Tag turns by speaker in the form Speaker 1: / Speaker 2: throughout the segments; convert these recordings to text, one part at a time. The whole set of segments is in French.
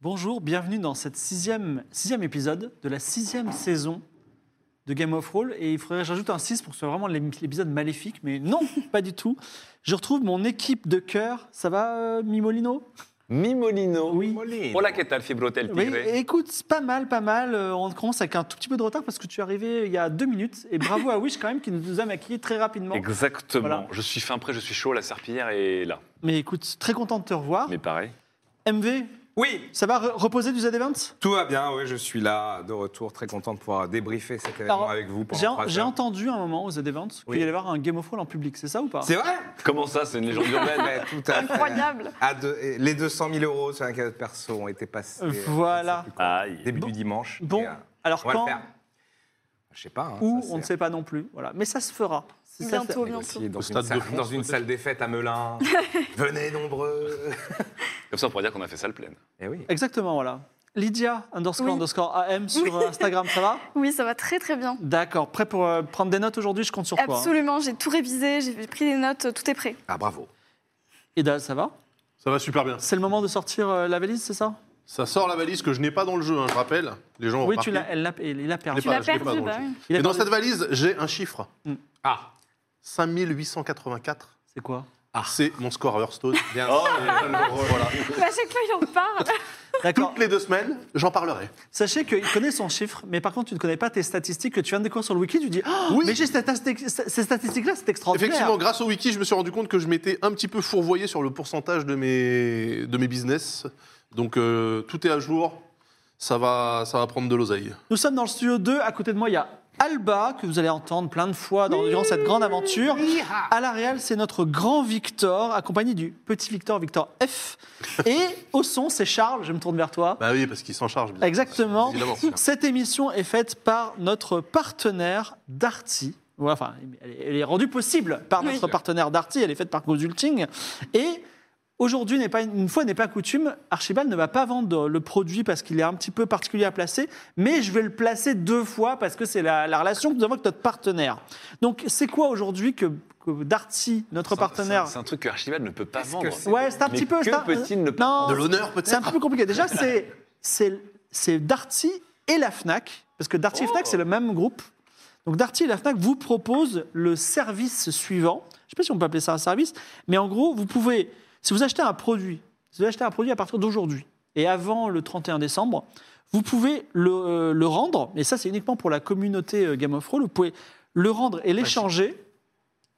Speaker 1: Bonjour, bienvenue dans cette sixième, sixième épisode de la sixième saison de Game of Roll. Et il faudrait que j'ajoute un 6 pour que ce soit vraiment l'ém- l'épisode maléfique, mais non, pas du tout. Je retrouve mon équipe de cœur. Ça va, euh, Mimolino
Speaker 2: Mimolino.
Speaker 1: Oui.
Speaker 2: Hola, ¿qué tal, Fibrotel
Speaker 1: Oui,
Speaker 2: Tigre
Speaker 1: écoute, c'est pas mal, pas mal. Euh, On commence avec un tout petit peu de retard parce que tu es arrivé il y a deux minutes. Et bravo à Wish quand même qui nous a maquillés très rapidement.
Speaker 2: Exactement.
Speaker 1: Voilà.
Speaker 2: Je suis fin prêt, je suis chaud, la serpillière est là.
Speaker 1: Mais écoute, très content de te revoir.
Speaker 2: Mais pareil.
Speaker 1: MV,
Speaker 3: Oui,
Speaker 1: ça va re- reposer du Z20
Speaker 3: tout va bien, oui, je suis là, de retour, très content de pouvoir débriefer cet événement
Speaker 1: Alors,
Speaker 3: avec vous. pendant
Speaker 1: J'ai
Speaker 3: trois
Speaker 1: j'ai
Speaker 3: heures.
Speaker 1: entendu à un moment aux Z20 qu'il
Speaker 3: Oui.
Speaker 1: allait y avoir un Game of Thrones en public, c'est ça ou pas
Speaker 3: C'est vrai
Speaker 2: Comment ça, c'est une légende urbaine
Speaker 3: Ouais, tout à fait.
Speaker 4: Incroyable.
Speaker 3: À deux- et les 200 000 euros sur la carte perso ont été passés. euh,
Speaker 1: Voilà.
Speaker 3: je sais plus quand,
Speaker 2: Aïe.
Speaker 3: Début du dimanche.
Speaker 1: Bon,
Speaker 3: et, euh,
Speaker 1: alors
Speaker 3: on va le
Speaker 1: quand
Speaker 3: faire. Je sais pas. hein,
Speaker 1: Ou
Speaker 3: ça,
Speaker 1: on ne
Speaker 3: c'est
Speaker 1: sait pas non plus. Voilà. Mais ça se fera. C'est ça,
Speaker 4: Bientôt,
Speaker 3: à
Speaker 4: bientôt.
Speaker 3: négocier Dans, une
Speaker 5: Au Stade de
Speaker 3: salle,
Speaker 5: France,
Speaker 3: dans une
Speaker 5: peut-être.
Speaker 3: salle des fêtes à Melun. Venez nombreux.
Speaker 2: Comme ça, on pourrait dire qu'on a fait salle pleine.
Speaker 3: Eh oui.
Speaker 1: c'est- Exactement, voilà. Lydia underscore
Speaker 4: Oui.
Speaker 1: underscore AM sur euh, Instagram, ça va
Speaker 4: Oui, ça va très très bien.
Speaker 1: D'accord. Prêt pour euh, prendre des notes aujourd'hui Je compte sur toi. hein.
Speaker 4: Absolument, j'ai tout révisé, j'ai pris des notes, euh, tout est prêt.
Speaker 3: Ah, bravo.
Speaker 1: Eda, ça va
Speaker 5: Ça va super bien.
Speaker 1: C'est le moment de sortir euh, la valise, c'est ça
Speaker 5: Ça sort la valise que je n'ai pas dans le jeu, hein, je rappelle. Les gens ont
Speaker 1: Oui, tu l'as,
Speaker 5: remarqué.
Speaker 1: elle l'a, il l'a perdu.
Speaker 5: Je
Speaker 4: Tu
Speaker 5: l'ai
Speaker 4: l'as
Speaker 5: pas, je l'ai pas
Speaker 4: perdu,
Speaker 5: dans
Speaker 4: bah
Speaker 5: le
Speaker 4: oui.
Speaker 1: Il a
Speaker 5: Et dans
Speaker 1: perdu- Hmm.
Speaker 5: cette valise, j'ai un chiffre.
Speaker 3: Ah,
Speaker 5: 5884.
Speaker 1: C'est quoi
Speaker 5: C'est mon score Hearthstone.
Speaker 3: bien.
Speaker 5: Voilà.
Speaker 4: Mais à chaque fois, il en parle.
Speaker 1: D'accord.
Speaker 5: Toutes les deux semaines, j'en parlerai.
Speaker 1: Sachez qu'il connaît son chiffre, mais par contre, tu ne connais pas tes statistiques que tu viens de découvrir sur le wiki. Tu dis Ah,
Speaker 5: Oui.
Speaker 1: Mais j'ai cette asté- ces statistiques-là, c'est extraordinaire.
Speaker 5: Effectivement, grâce au wiki, je me suis rendu compte que je m'étais un petit peu fourvoyé sur le pourcentage de mes, de mes business. Donc euh, tout est à jour. Ça va, ça va prendre de l'oseille.
Speaker 1: Nous sommes dans le studio 2. À côté de moi, il y a Alba, que vous allez entendre plein de fois dans, durant cette grande aventure. À la réal, c'est notre grand Victor, accompagné du petit Victor, Victor F. Et au son, c'est Charles. Je me tourne vers toi.
Speaker 5: Bah oui, parce qu'il s'en charge. bien.
Speaker 1: Exactement.
Speaker 5: Évidemment.
Speaker 1: Cette émission est faite par notre partenaire Darty. Ouais, Enfin, elle est- elle est rendue possible par
Speaker 4: Oui.
Speaker 1: notre partenaire Darty. Elle est faite par Consulting. Et aujourd'hui, n'est pas une fois n'est pas coutume, Archibald ne va pas vendre le produit parce qu'il est un petit peu particulier à placer. Mais je vais le placer deux fois parce que c'est la, la relation que nous avons avec notre partenaire. Donc, c'est quoi aujourd'hui que, que Darty, notre
Speaker 2: C'est un-
Speaker 1: partenaire,
Speaker 2: C'est un, c'est un truc que Archibald ne peut pas
Speaker 3: Qu'est-ce
Speaker 2: vendre.
Speaker 3: que c'est
Speaker 1: Ouais, c'est un
Speaker 2: Mais
Speaker 1: petit peu.
Speaker 2: que
Speaker 1: c'est un-
Speaker 2: peut-il ne pas-
Speaker 1: Non,
Speaker 5: De l'honneur,
Speaker 1: c'est un
Speaker 5: peut-être
Speaker 1: petit peu compliqué. Déjà, c'est c'est c'est Darty et la Fnac, parce que Darty et Fnac
Speaker 2: Oh.
Speaker 1: c'est le même groupe. Donc Darty et la Fnac vous proposent le service suivant. Je ne sais pas si on peut appeler ça un service, mais en gros, vous pouvez, si vous achetez un produit, si vous achetez un produit à partir d'aujourd'hui et avant le 31 décembre, vous pouvez le, euh, le rendre, et ça c'est uniquement pour la communauté euh, Game of Thrones, vous pouvez le rendre et l'échanger,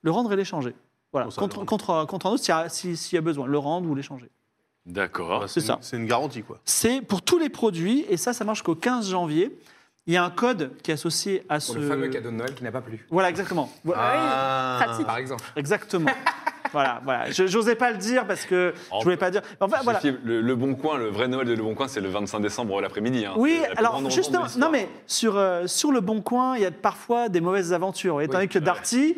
Speaker 1: le rendre et l'échanger. Voilà,
Speaker 5: Bon, ça, le
Speaker 1: contre,
Speaker 5: rendre.
Speaker 1: contre, contre un autre s'il y a- si- s'il y a besoin, le rendre ou l'échanger.
Speaker 2: D'accord.
Speaker 5: Bah,
Speaker 1: c'est
Speaker 5: une-
Speaker 1: ça.
Speaker 5: C'est une garantie, quoi.
Speaker 1: C'est pour tous les produits, et ça, ça marche qu'au 15 janvier. Il y a un code qui est associé à ce.
Speaker 3: Pour le fameux cadeau Ah. de Noël qui n'a pas plu.
Speaker 1: Voilà, exactement. Voilà, Euh,
Speaker 4: pratique.
Speaker 3: Par exemple.
Speaker 1: Exactement. voilà, voilà. Je n'osais pas le dire parce que je voulais pas dire. Enfin, Ah, voilà.
Speaker 2: Sophie, Le, le Bon Coin, le vrai Noël de Le Bon Coin, c'est le 25 décembre l'après-midi. hein.
Speaker 1: Oui,
Speaker 2: C'est la plus grande
Speaker 1: alors
Speaker 2: rencontre
Speaker 1: justement,
Speaker 2: de l'histoire.
Speaker 1: non mais sur, euh, sur le bon coin, il y a parfois des mauvaises aventures. Étant
Speaker 3: Oui,
Speaker 1: donné que Darty,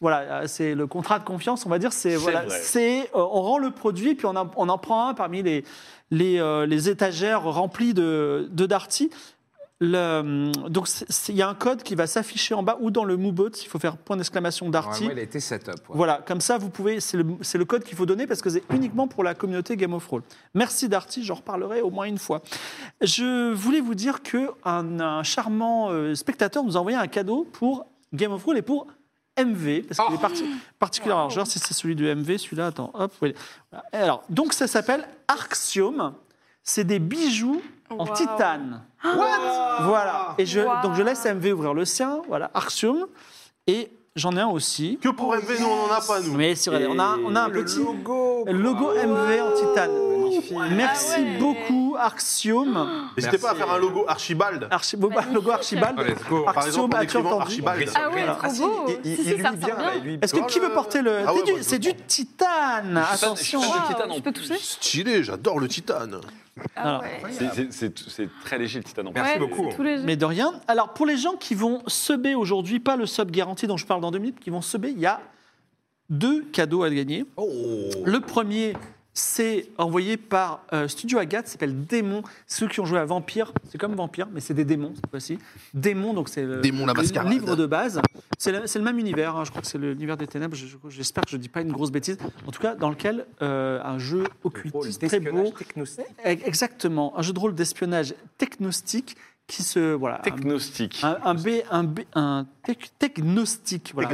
Speaker 1: voilà, euh, c'est le contrat de confiance, on va dire, c'est
Speaker 2: C'est
Speaker 1: voilà,
Speaker 2: vrai.
Speaker 1: c'est euh, on rend le produit puis on en, on en prend un parmi les les, euh, les étagères remplies de, de Darty. Le, hum, donc c'est- c'est- il y a un code qui va s'afficher en bas ou dans le moobot, il faut faire point d'exclamation Darty.
Speaker 3: Normalement, il a été set-up. ouais.
Speaker 1: Voilà, comme ça, vous pouvez. C'est le, c'est le code qu'il faut donner parce que c'est uniquement pour la communauté Game of Thrones. Merci Darty, j'en reparlerai au moins une fois. Je voulais vous dire que un, un charmant euh, spectateur nous a envoyé un cadeau pour Game of Thrones et pour MV parce qu'il
Speaker 3: Oh.
Speaker 1: est parti, particulièrement. Alors, je vais voir si c'est celui de MV, celui-là. Attends, hop. oui. Voilà. Alors, donc ça s'appelle Arxium. C'est des bijoux en
Speaker 4: Wow.
Speaker 1: titane. Voilà. Et je,
Speaker 4: Wow.
Speaker 1: donc je laisse MV ouvrir le sien. Voilà, Arxium. Et j'en ai un aussi.
Speaker 5: Que pour MV, nous, on n'en a pas, nous.
Speaker 1: Mais si, regardez, on a, on a un
Speaker 3: Le
Speaker 1: petit
Speaker 3: logo.
Speaker 1: logo MV en titane. magnifique. Merci
Speaker 4: Ah ouais.
Speaker 1: beaucoup, Arxiom.
Speaker 5: N'hésitez pas à
Speaker 3: Merci.
Speaker 5: faire un logo Archibald.
Speaker 1: Archi- bon, bah,
Speaker 4: Magnifique.
Speaker 1: logo Archibald.
Speaker 3: Allez, let's go.
Speaker 1: Ah,
Speaker 5: Par exemple, en
Speaker 1: Axiom,
Speaker 5: écrivant
Speaker 1: as-tu entendu
Speaker 5: Archibald.
Speaker 4: Ah ouais, trop beau.
Speaker 6: Il, il,
Speaker 4: Si, si,
Speaker 6: il lui vient,
Speaker 4: ça ressemble
Speaker 6: là,
Speaker 4: bien.
Speaker 6: il lui
Speaker 1: Est-ce que
Speaker 6: Oh,
Speaker 1: qui veut porter le.
Speaker 5: Ah ouais,
Speaker 1: C'est du-
Speaker 5: moi, je
Speaker 1: c'est
Speaker 5: le
Speaker 1: du titane.
Speaker 2: Titane-
Speaker 1: Attention.
Speaker 2: titane de titane
Speaker 4: Wow,
Speaker 2: en
Speaker 4: je peux toucher
Speaker 5: Stylé, j'adore le titane.
Speaker 4: Ah ouais.
Speaker 2: C'est- c'est- C'est c'est très léger le titane en
Speaker 3: Merci
Speaker 4: Ouais,
Speaker 3: beaucoup.
Speaker 4: c'est tous les-
Speaker 1: Mais de rien. Alors, pour les gens qui vont subber aujourd'hui, pas le sub garanti dont je parle dans deux minutes, qui vont subber, il y a deux cadeaux à gagner.
Speaker 5: Oh.
Speaker 1: Le premier, c'est envoyé par euh, Studio Agathe, ça s'appelle Démon. Ceux qui ont joué à Vampire, c'est comme Vampire, mais c'est des démons cette fois-ci. Démon, donc c'est le,
Speaker 5: Démon, la
Speaker 1: le
Speaker 5: mascarade.
Speaker 1: livre de base. C'est le, c'est le même univers, hein, je crois que c'est l'univers des ténèbres. je- je- J'espère que je ne dis pas une grosse bêtise. En tout cas, dans lequel euh, un jeu occultiste très beau. Exactement, un jeu de rôle d'espionnage technostique qui se voilà un,
Speaker 2: Technostique.
Speaker 1: un, un B un B un tech- technostique voilà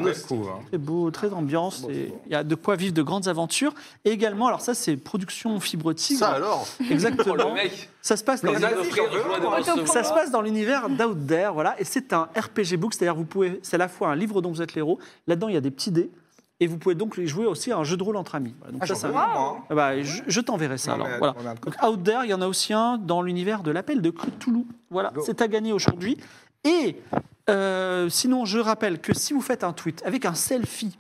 Speaker 1: très beau très ambiance et il y a de quoi vivre de grandes aventures et également alors ça c'est production fibre tigre
Speaker 5: Ça alors
Speaker 2: Oh,
Speaker 1: exactement
Speaker 2: le mec
Speaker 1: ça se passe dans
Speaker 2: plaisir d'offrir, joie de recevoir.
Speaker 1: ça se passe dans l'univers d'Out There, voilà, et c'est un RPG book, c'est-à-dire vous pouvez, c'est à la fois un livre dont vous êtes l'héros, là-dedans il y a des petits dés, et vous pouvez donc jouer aussi à un jeu de rôle entre amis. Voilà, donc ça, ça-
Speaker 2: hein.
Speaker 1: Ah bah, je, je t'enverrai ça.
Speaker 3: Non,
Speaker 1: alors,
Speaker 3: mais
Speaker 1: voilà.
Speaker 3: on a un
Speaker 1: Donc, Out There, il y en a aussi un dans l'univers de l'appel de Cthulhu. Voilà,
Speaker 3: Go.
Speaker 1: c'est à gagner aujourd'hui. Et euh, sinon, je rappelle que si vous faites un tweet avec un selfie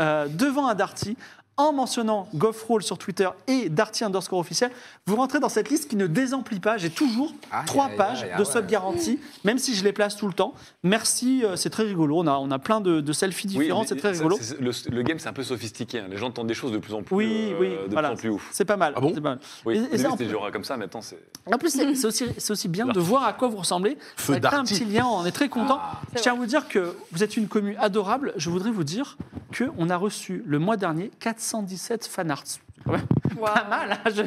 Speaker 1: euh, devant un Darty, en mentionnant Goffroll sur Twitter et Darty underscore officiel, vous rentrez dans cette liste qui ne désemplit pas. J'ai toujours
Speaker 3: Aïe,
Speaker 1: trois
Speaker 3: aïe,
Speaker 1: pages
Speaker 3: aïe, ah
Speaker 1: de
Speaker 3: ouais.
Speaker 1: sub garantie, même si je les place tout le temps. Merci, euh, c'est très rigolo. On a, on a plein de, de selfies
Speaker 2: Oui,
Speaker 1: différents,
Speaker 2: mais
Speaker 1: c'est très
Speaker 2: ça-
Speaker 1: rigolo.
Speaker 2: c'est- Le, le game, c'est un peu sophistiqué. hein. Les gens tentent des choses de plus en plus,
Speaker 1: Oui,
Speaker 2: euh,
Speaker 1: oui,
Speaker 2: de
Speaker 1: voilà.
Speaker 2: plus en plus ouf.
Speaker 1: C'est pas mal.
Speaker 5: Ah bon
Speaker 1: c'est pas mal.
Speaker 2: Oui,
Speaker 1: Et- et
Speaker 2: au début,
Speaker 1: ça, on
Speaker 2: c'était du
Speaker 1: peut-
Speaker 2: genre comme ça, maintenant, c'est.
Speaker 1: En plus, c'est c'est aussi, c'est aussi bien de voir à quoi vous ressemblez.
Speaker 5: Feu Ah,
Speaker 1: Ça crée un
Speaker 5: d'arty.
Speaker 1: petit lien, on est très content. je tiens à vous dire que vous êtes une commune adorable. Je voudrais vous dire qu'on a reçu le mois dernier 417 fanarts. C'est quand même
Speaker 5: Ah.
Speaker 1: Pas mal. hein, je- je-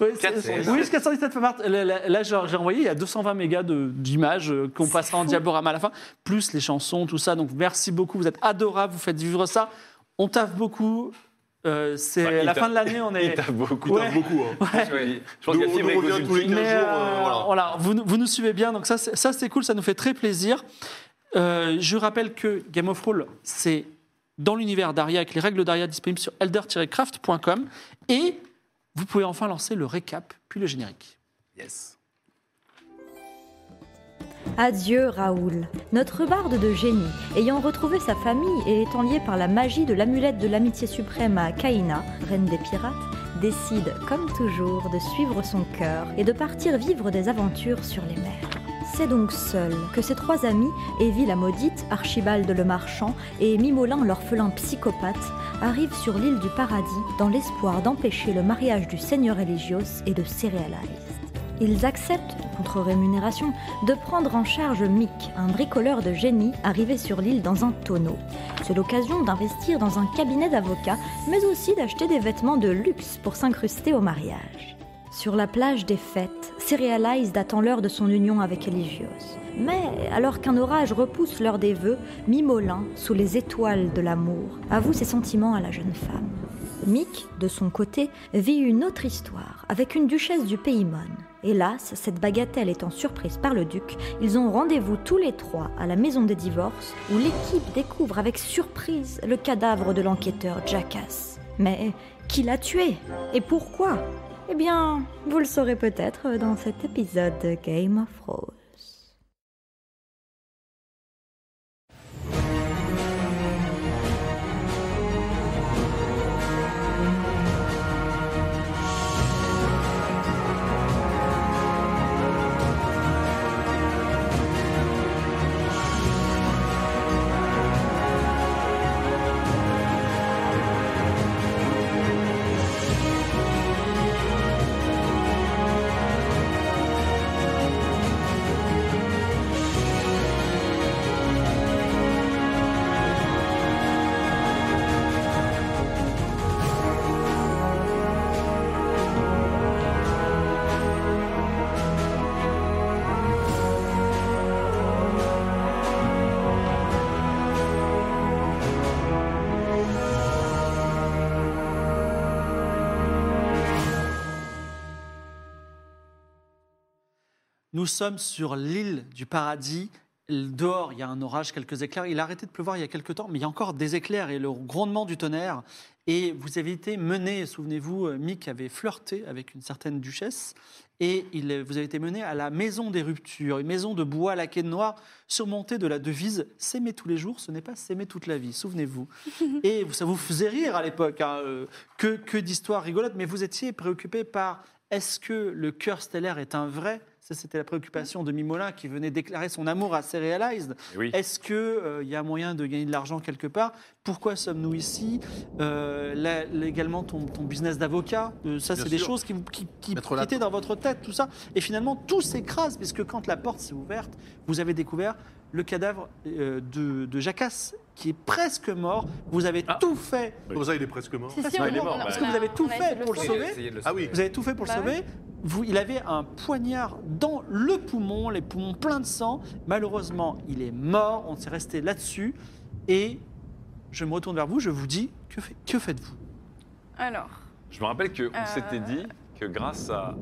Speaker 1: oui, c'est-
Speaker 2: 417.
Speaker 1: oui, c'est 417 fanarts. Là, là, là, j'ai j'ai envoyé, il y a 220 mégas de- d'images euh, qu'on passera en diaporama à la fin, plus les chansons, tout ça. Donc merci beaucoup, vous êtes adorables, vous faites vivre ça. On taffe beaucoup. Euh, c'est
Speaker 2: Bah, il
Speaker 1: la
Speaker 2: t'a-
Speaker 1: fin de l'année, on est.
Speaker 2: Il tape beaucoup.
Speaker 1: Ouais.
Speaker 5: Beaucoup, hein.
Speaker 2: Oui. Je pense
Speaker 5: Nous,
Speaker 2: qu'il y a
Speaker 5: on
Speaker 2: Fibre
Speaker 5: nous
Speaker 2: et
Speaker 5: revient
Speaker 2: Gozu.
Speaker 5: tous les 15
Speaker 1: Mais
Speaker 5: jours.
Speaker 1: euh,
Speaker 5: euh, voilà.
Speaker 1: voilà, vous, nous- vous nous suivez bien, donc ça c'est ça, c'est cool, ça nous fait très plaisir. Euh, je rappelle que Game of Roll, c'est dans l'univers d'Aria, avec les règles d'Aria disponibles sur elder-craft.com. Et vous pouvez enfin lancer le récap, puis le générique.
Speaker 3: Yes.
Speaker 7: Adieu Raoul, notre barde de génie, ayant retrouvé sa famille et étant lié par la magie de l'amulette de l'amitié suprême à Kaina, reine des pirates, décide, comme toujours, de suivre son cœur et de partir vivre des aventures sur les mers. C'est donc seul que ses trois amis, Evie la maudite, Archibald le marchand et Mimolin l'orphelin psychopathe, arrivent sur l'île du paradis dans l'espoir d'empêcher le mariage du seigneur Eligios et de Cerealize. Ils acceptent, contre rémunération, de prendre en charge Mick, un bricoleur de génie arrivé sur l'île dans un tonneau. C'est l'occasion d'investir dans un cabinet d'avocats, mais aussi d'acheter des vêtements de luxe pour s'incruster au mariage. Sur la plage des fêtes, Cerealize attend l'heure de son union avec Eligios. Mais alors qu'un orage repousse l'heure des vœux, Mimolin, sous les étoiles de l'amour, avoue ses sentiments à la jeune femme. Mick, de son côté, vit une autre histoire avec une duchesse du Paymon. Hélas, cette bagatelle étant surprise par le duc, ils ont rendez-vous tous les trois à la maison des divorces où l'équipe découvre avec surprise le cadavre de l'enquêteur Jackass. Mais qui l'a tué Et pourquoi Eh bien, vous le saurez peut-être dans cet épisode de Game of Thrones.
Speaker 1: Nous sommes sur l'île du paradis Dehors, il y a un orage, quelques éclairs. Il a arrêté de pleuvoir il y a quelques temps, mais il y a encore des éclairs et le grondement du tonnerre. Et vous avez été mené, souvenez-vous, euh, Mick avait flirté avec une certaine duchesse, et il, euh, vous avez été mené à la maison des ruptures, une maison de bois laqué de noir, surmontée de la devise « S'aimer tous les jours, ce n'est pas s'aimer toute la vie », souvenez-vous. et ça vous faisait rire à l'époque, hein, euh, que, que d'histoires rigolotes, mais vous étiez préoccupé par « Est-ce que le cœur stellaire est un vrai ?» Ça, c'était la préoccupation de Mimolin qui venait déclarer son amour à Serialized.
Speaker 2: Eh oui.
Speaker 1: Est-ce qu'il y a moyen de gagner de l'argent quelque part Pourquoi sommes-nous ici Euh, là, là, Également, ton, ton business d'avocat, euh, ça,
Speaker 5: Bien
Speaker 1: c'est des
Speaker 5: sûr.
Speaker 1: choses qui, vous- qui, qui,
Speaker 5: Mettre la-
Speaker 1: qui étaient dans votre tête, tout ça. Et finalement, tout s'écrase, puisque quand la porte s'est ouverte, vous avez découvert le cadavre euh, de, de Jacasse, qui est presque mort. Vous avez tout fait.
Speaker 5: Comme ça, il est presque mort.
Speaker 4: C'est si,
Speaker 2: il est
Speaker 4: on-
Speaker 2: mort, bah,
Speaker 4: on- on
Speaker 2: parce
Speaker 4: a-
Speaker 1: que vous avez tout
Speaker 4: on a
Speaker 1: fait
Speaker 4: essayé de
Speaker 1: pour le
Speaker 4: sauver.
Speaker 1: sauver
Speaker 3: Essayez de le
Speaker 5: Ah oui.
Speaker 1: Vous avez tout fait pour le
Speaker 4: Bah
Speaker 1: sauver. Vous, il avait un poignard dans le poumon, les poumons pleins de sang. Malheureusement, il est mort. On s'est resté là-dessus. Et je me retourne vers vous. Je vous dis que, fait- que faites-vous
Speaker 4: Alors,
Speaker 2: Je me rappelle qu'on
Speaker 4: Euh.
Speaker 2: s'était dit que grâce à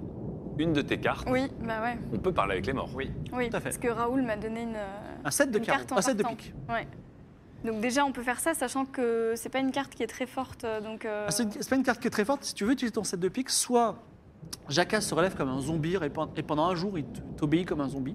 Speaker 2: une de tes cartes,
Speaker 4: oui, bah ouais.
Speaker 2: on peut parler avec les morts. Oui.
Speaker 4: Oui,
Speaker 1: Tout à fait.
Speaker 4: parce que Raoul m'a donné une, euh,
Speaker 1: Un set de
Speaker 4: une
Speaker 1: cartes,
Speaker 4: carte en
Speaker 1: un set de
Speaker 4: partant.
Speaker 1: pique.
Speaker 4: Ouais. Donc déjà, on peut faire ça, sachant que c'est pas une carte qui est très forte, euh, donc... euh,
Speaker 1: Ah, C'est une- c'est pas une carte qui est très forte. Si tu veux utiliser ton set de pique, soit Jacas se relève comme un zombie et pen- et pendant un jour, il te- t'obéit comme un zombie.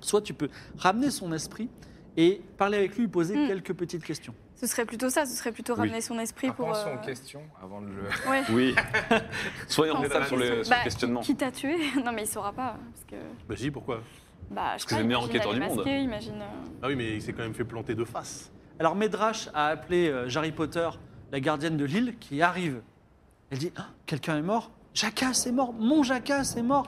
Speaker 1: Soit tu peux ramener son esprit et parler avec lui, lui poser
Speaker 4: Hmm.
Speaker 1: quelques petites questions.
Speaker 4: Ce serait plutôt ça, ce serait plutôt
Speaker 2: Oui.
Speaker 4: ramener son esprit pour...
Speaker 3: Pensons
Speaker 4: euh,
Speaker 3: aux questions avant de le.
Speaker 4: ouais.
Speaker 2: Oui. Soyons
Speaker 4: Pensons
Speaker 2: raisonnables
Speaker 4: aux
Speaker 2: sur le,
Speaker 4: questions.
Speaker 2: sur le
Speaker 4: Bah,
Speaker 2: questionnement.
Speaker 4: Qui, qui t'a tué Non, mais il saura pas, parce que...
Speaker 5: Bah, si, pourquoi
Speaker 4: Bah, je sais
Speaker 2: que
Speaker 4: pas,
Speaker 2: c'est le meilleur
Speaker 4: imagine,
Speaker 2: enquêteur
Speaker 4: elle
Speaker 2: du
Speaker 4: est
Speaker 2: monde.
Speaker 4: masquée, Imagine... euh,
Speaker 5: Ah oui, mais il s'est quand même fait planter de face.
Speaker 1: Alors Médrache a appelé euh, Harry Potter, la gardienne de l'île, qui arrive. Elle dit Ah, Quelqu'un est mort Jacas est mort Mon Jacas est mort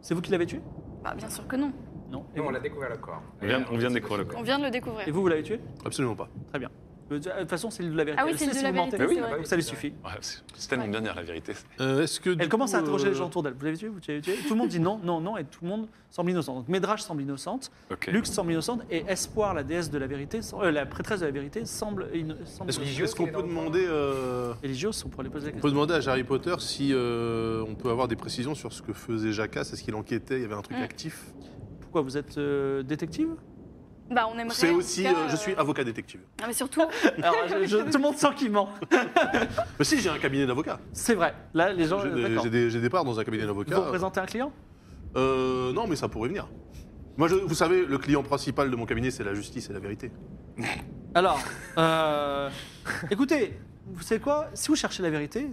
Speaker 1: C'est vous qui l'avez tué
Speaker 4: Bah, bien sûr que non.
Speaker 1: Non. Et
Speaker 3: Non,
Speaker 1: vous,
Speaker 3: on l'a découvert le corps.
Speaker 2: On vient, on vient de découvrir le corps.
Speaker 4: On vient de le découvrir.
Speaker 1: et vous, vous l'avez tué
Speaker 5: Absolument pas.
Speaker 1: Très bien. Euh, De toute façon, c'est l'île de la vérité.
Speaker 4: Ah oui,
Speaker 1: Elle
Speaker 4: c'est
Speaker 1: sait
Speaker 4: l'île de
Speaker 1: si
Speaker 4: la
Speaker 1: vous mentez.
Speaker 4: vérité,
Speaker 2: oui,
Speaker 4: c'est
Speaker 2: bah
Speaker 4: vrai.
Speaker 1: Donc ça lui suffit.
Speaker 2: Ouais, c'est c'est tellement bien dire la vérité.
Speaker 5: Euh, Est-ce que. du
Speaker 1: Elle commence à
Speaker 5: coup,
Speaker 1: interroger
Speaker 5: euh,
Speaker 1: les gens autour d'elle. Vous l'avez tué Vous l'avez tué Tout le monde dit non, non, non, et tout le monde semble innocent. Donc Médrache semble innocente,
Speaker 2: Ok.
Speaker 1: Lux semble innocente, et Espoir, la déesse de la vérité, sem- euh, la prêtresse de la vérité, semble. inno- semble
Speaker 5: Est-ce
Speaker 3: Ligio,
Speaker 5: est-ce qu'on
Speaker 3: il est dans
Speaker 5: peut
Speaker 3: le coin.
Speaker 5: demander. euh,
Speaker 1: Et les Gios sont pour les poser la
Speaker 5: On peut
Speaker 1: question.
Speaker 5: demander à Harry Potter si euh, on peut avoir des précisions sur ce que faisait Jacas. Est-ce qu'il enquêtait Il y avait un truc
Speaker 1: Hmm.
Speaker 4: Mm.
Speaker 5: actif
Speaker 1: Pourquoi vous êtes euh, détective
Speaker 4: Bah, on aimerait...
Speaker 5: C'est
Speaker 4: en
Speaker 5: aussi.
Speaker 4: tout cas,
Speaker 5: euh, je suis
Speaker 4: euh,
Speaker 5: avocat détective.
Speaker 4: Ah, mais surtout,
Speaker 1: Alors, je- je- tout le monde sent qu'il ment.
Speaker 5: Mais Bah si, j'ai un cabinet d'avocat.
Speaker 1: C'est vrai. Là, les gens.
Speaker 5: J'ai des-
Speaker 1: Oh, d'accord.
Speaker 5: j'ai des, j'ai des parts dans un cabinet
Speaker 1: Vous
Speaker 5: d'avocat.
Speaker 1: représentez un client
Speaker 5: Euh, non, mais ça pourrait venir. Moi, je- vous savez, le client principal de mon cabinet, c'est la justice et la vérité.
Speaker 1: Alors, euh, écoutez, vous savez quoi Si vous cherchez la vérité,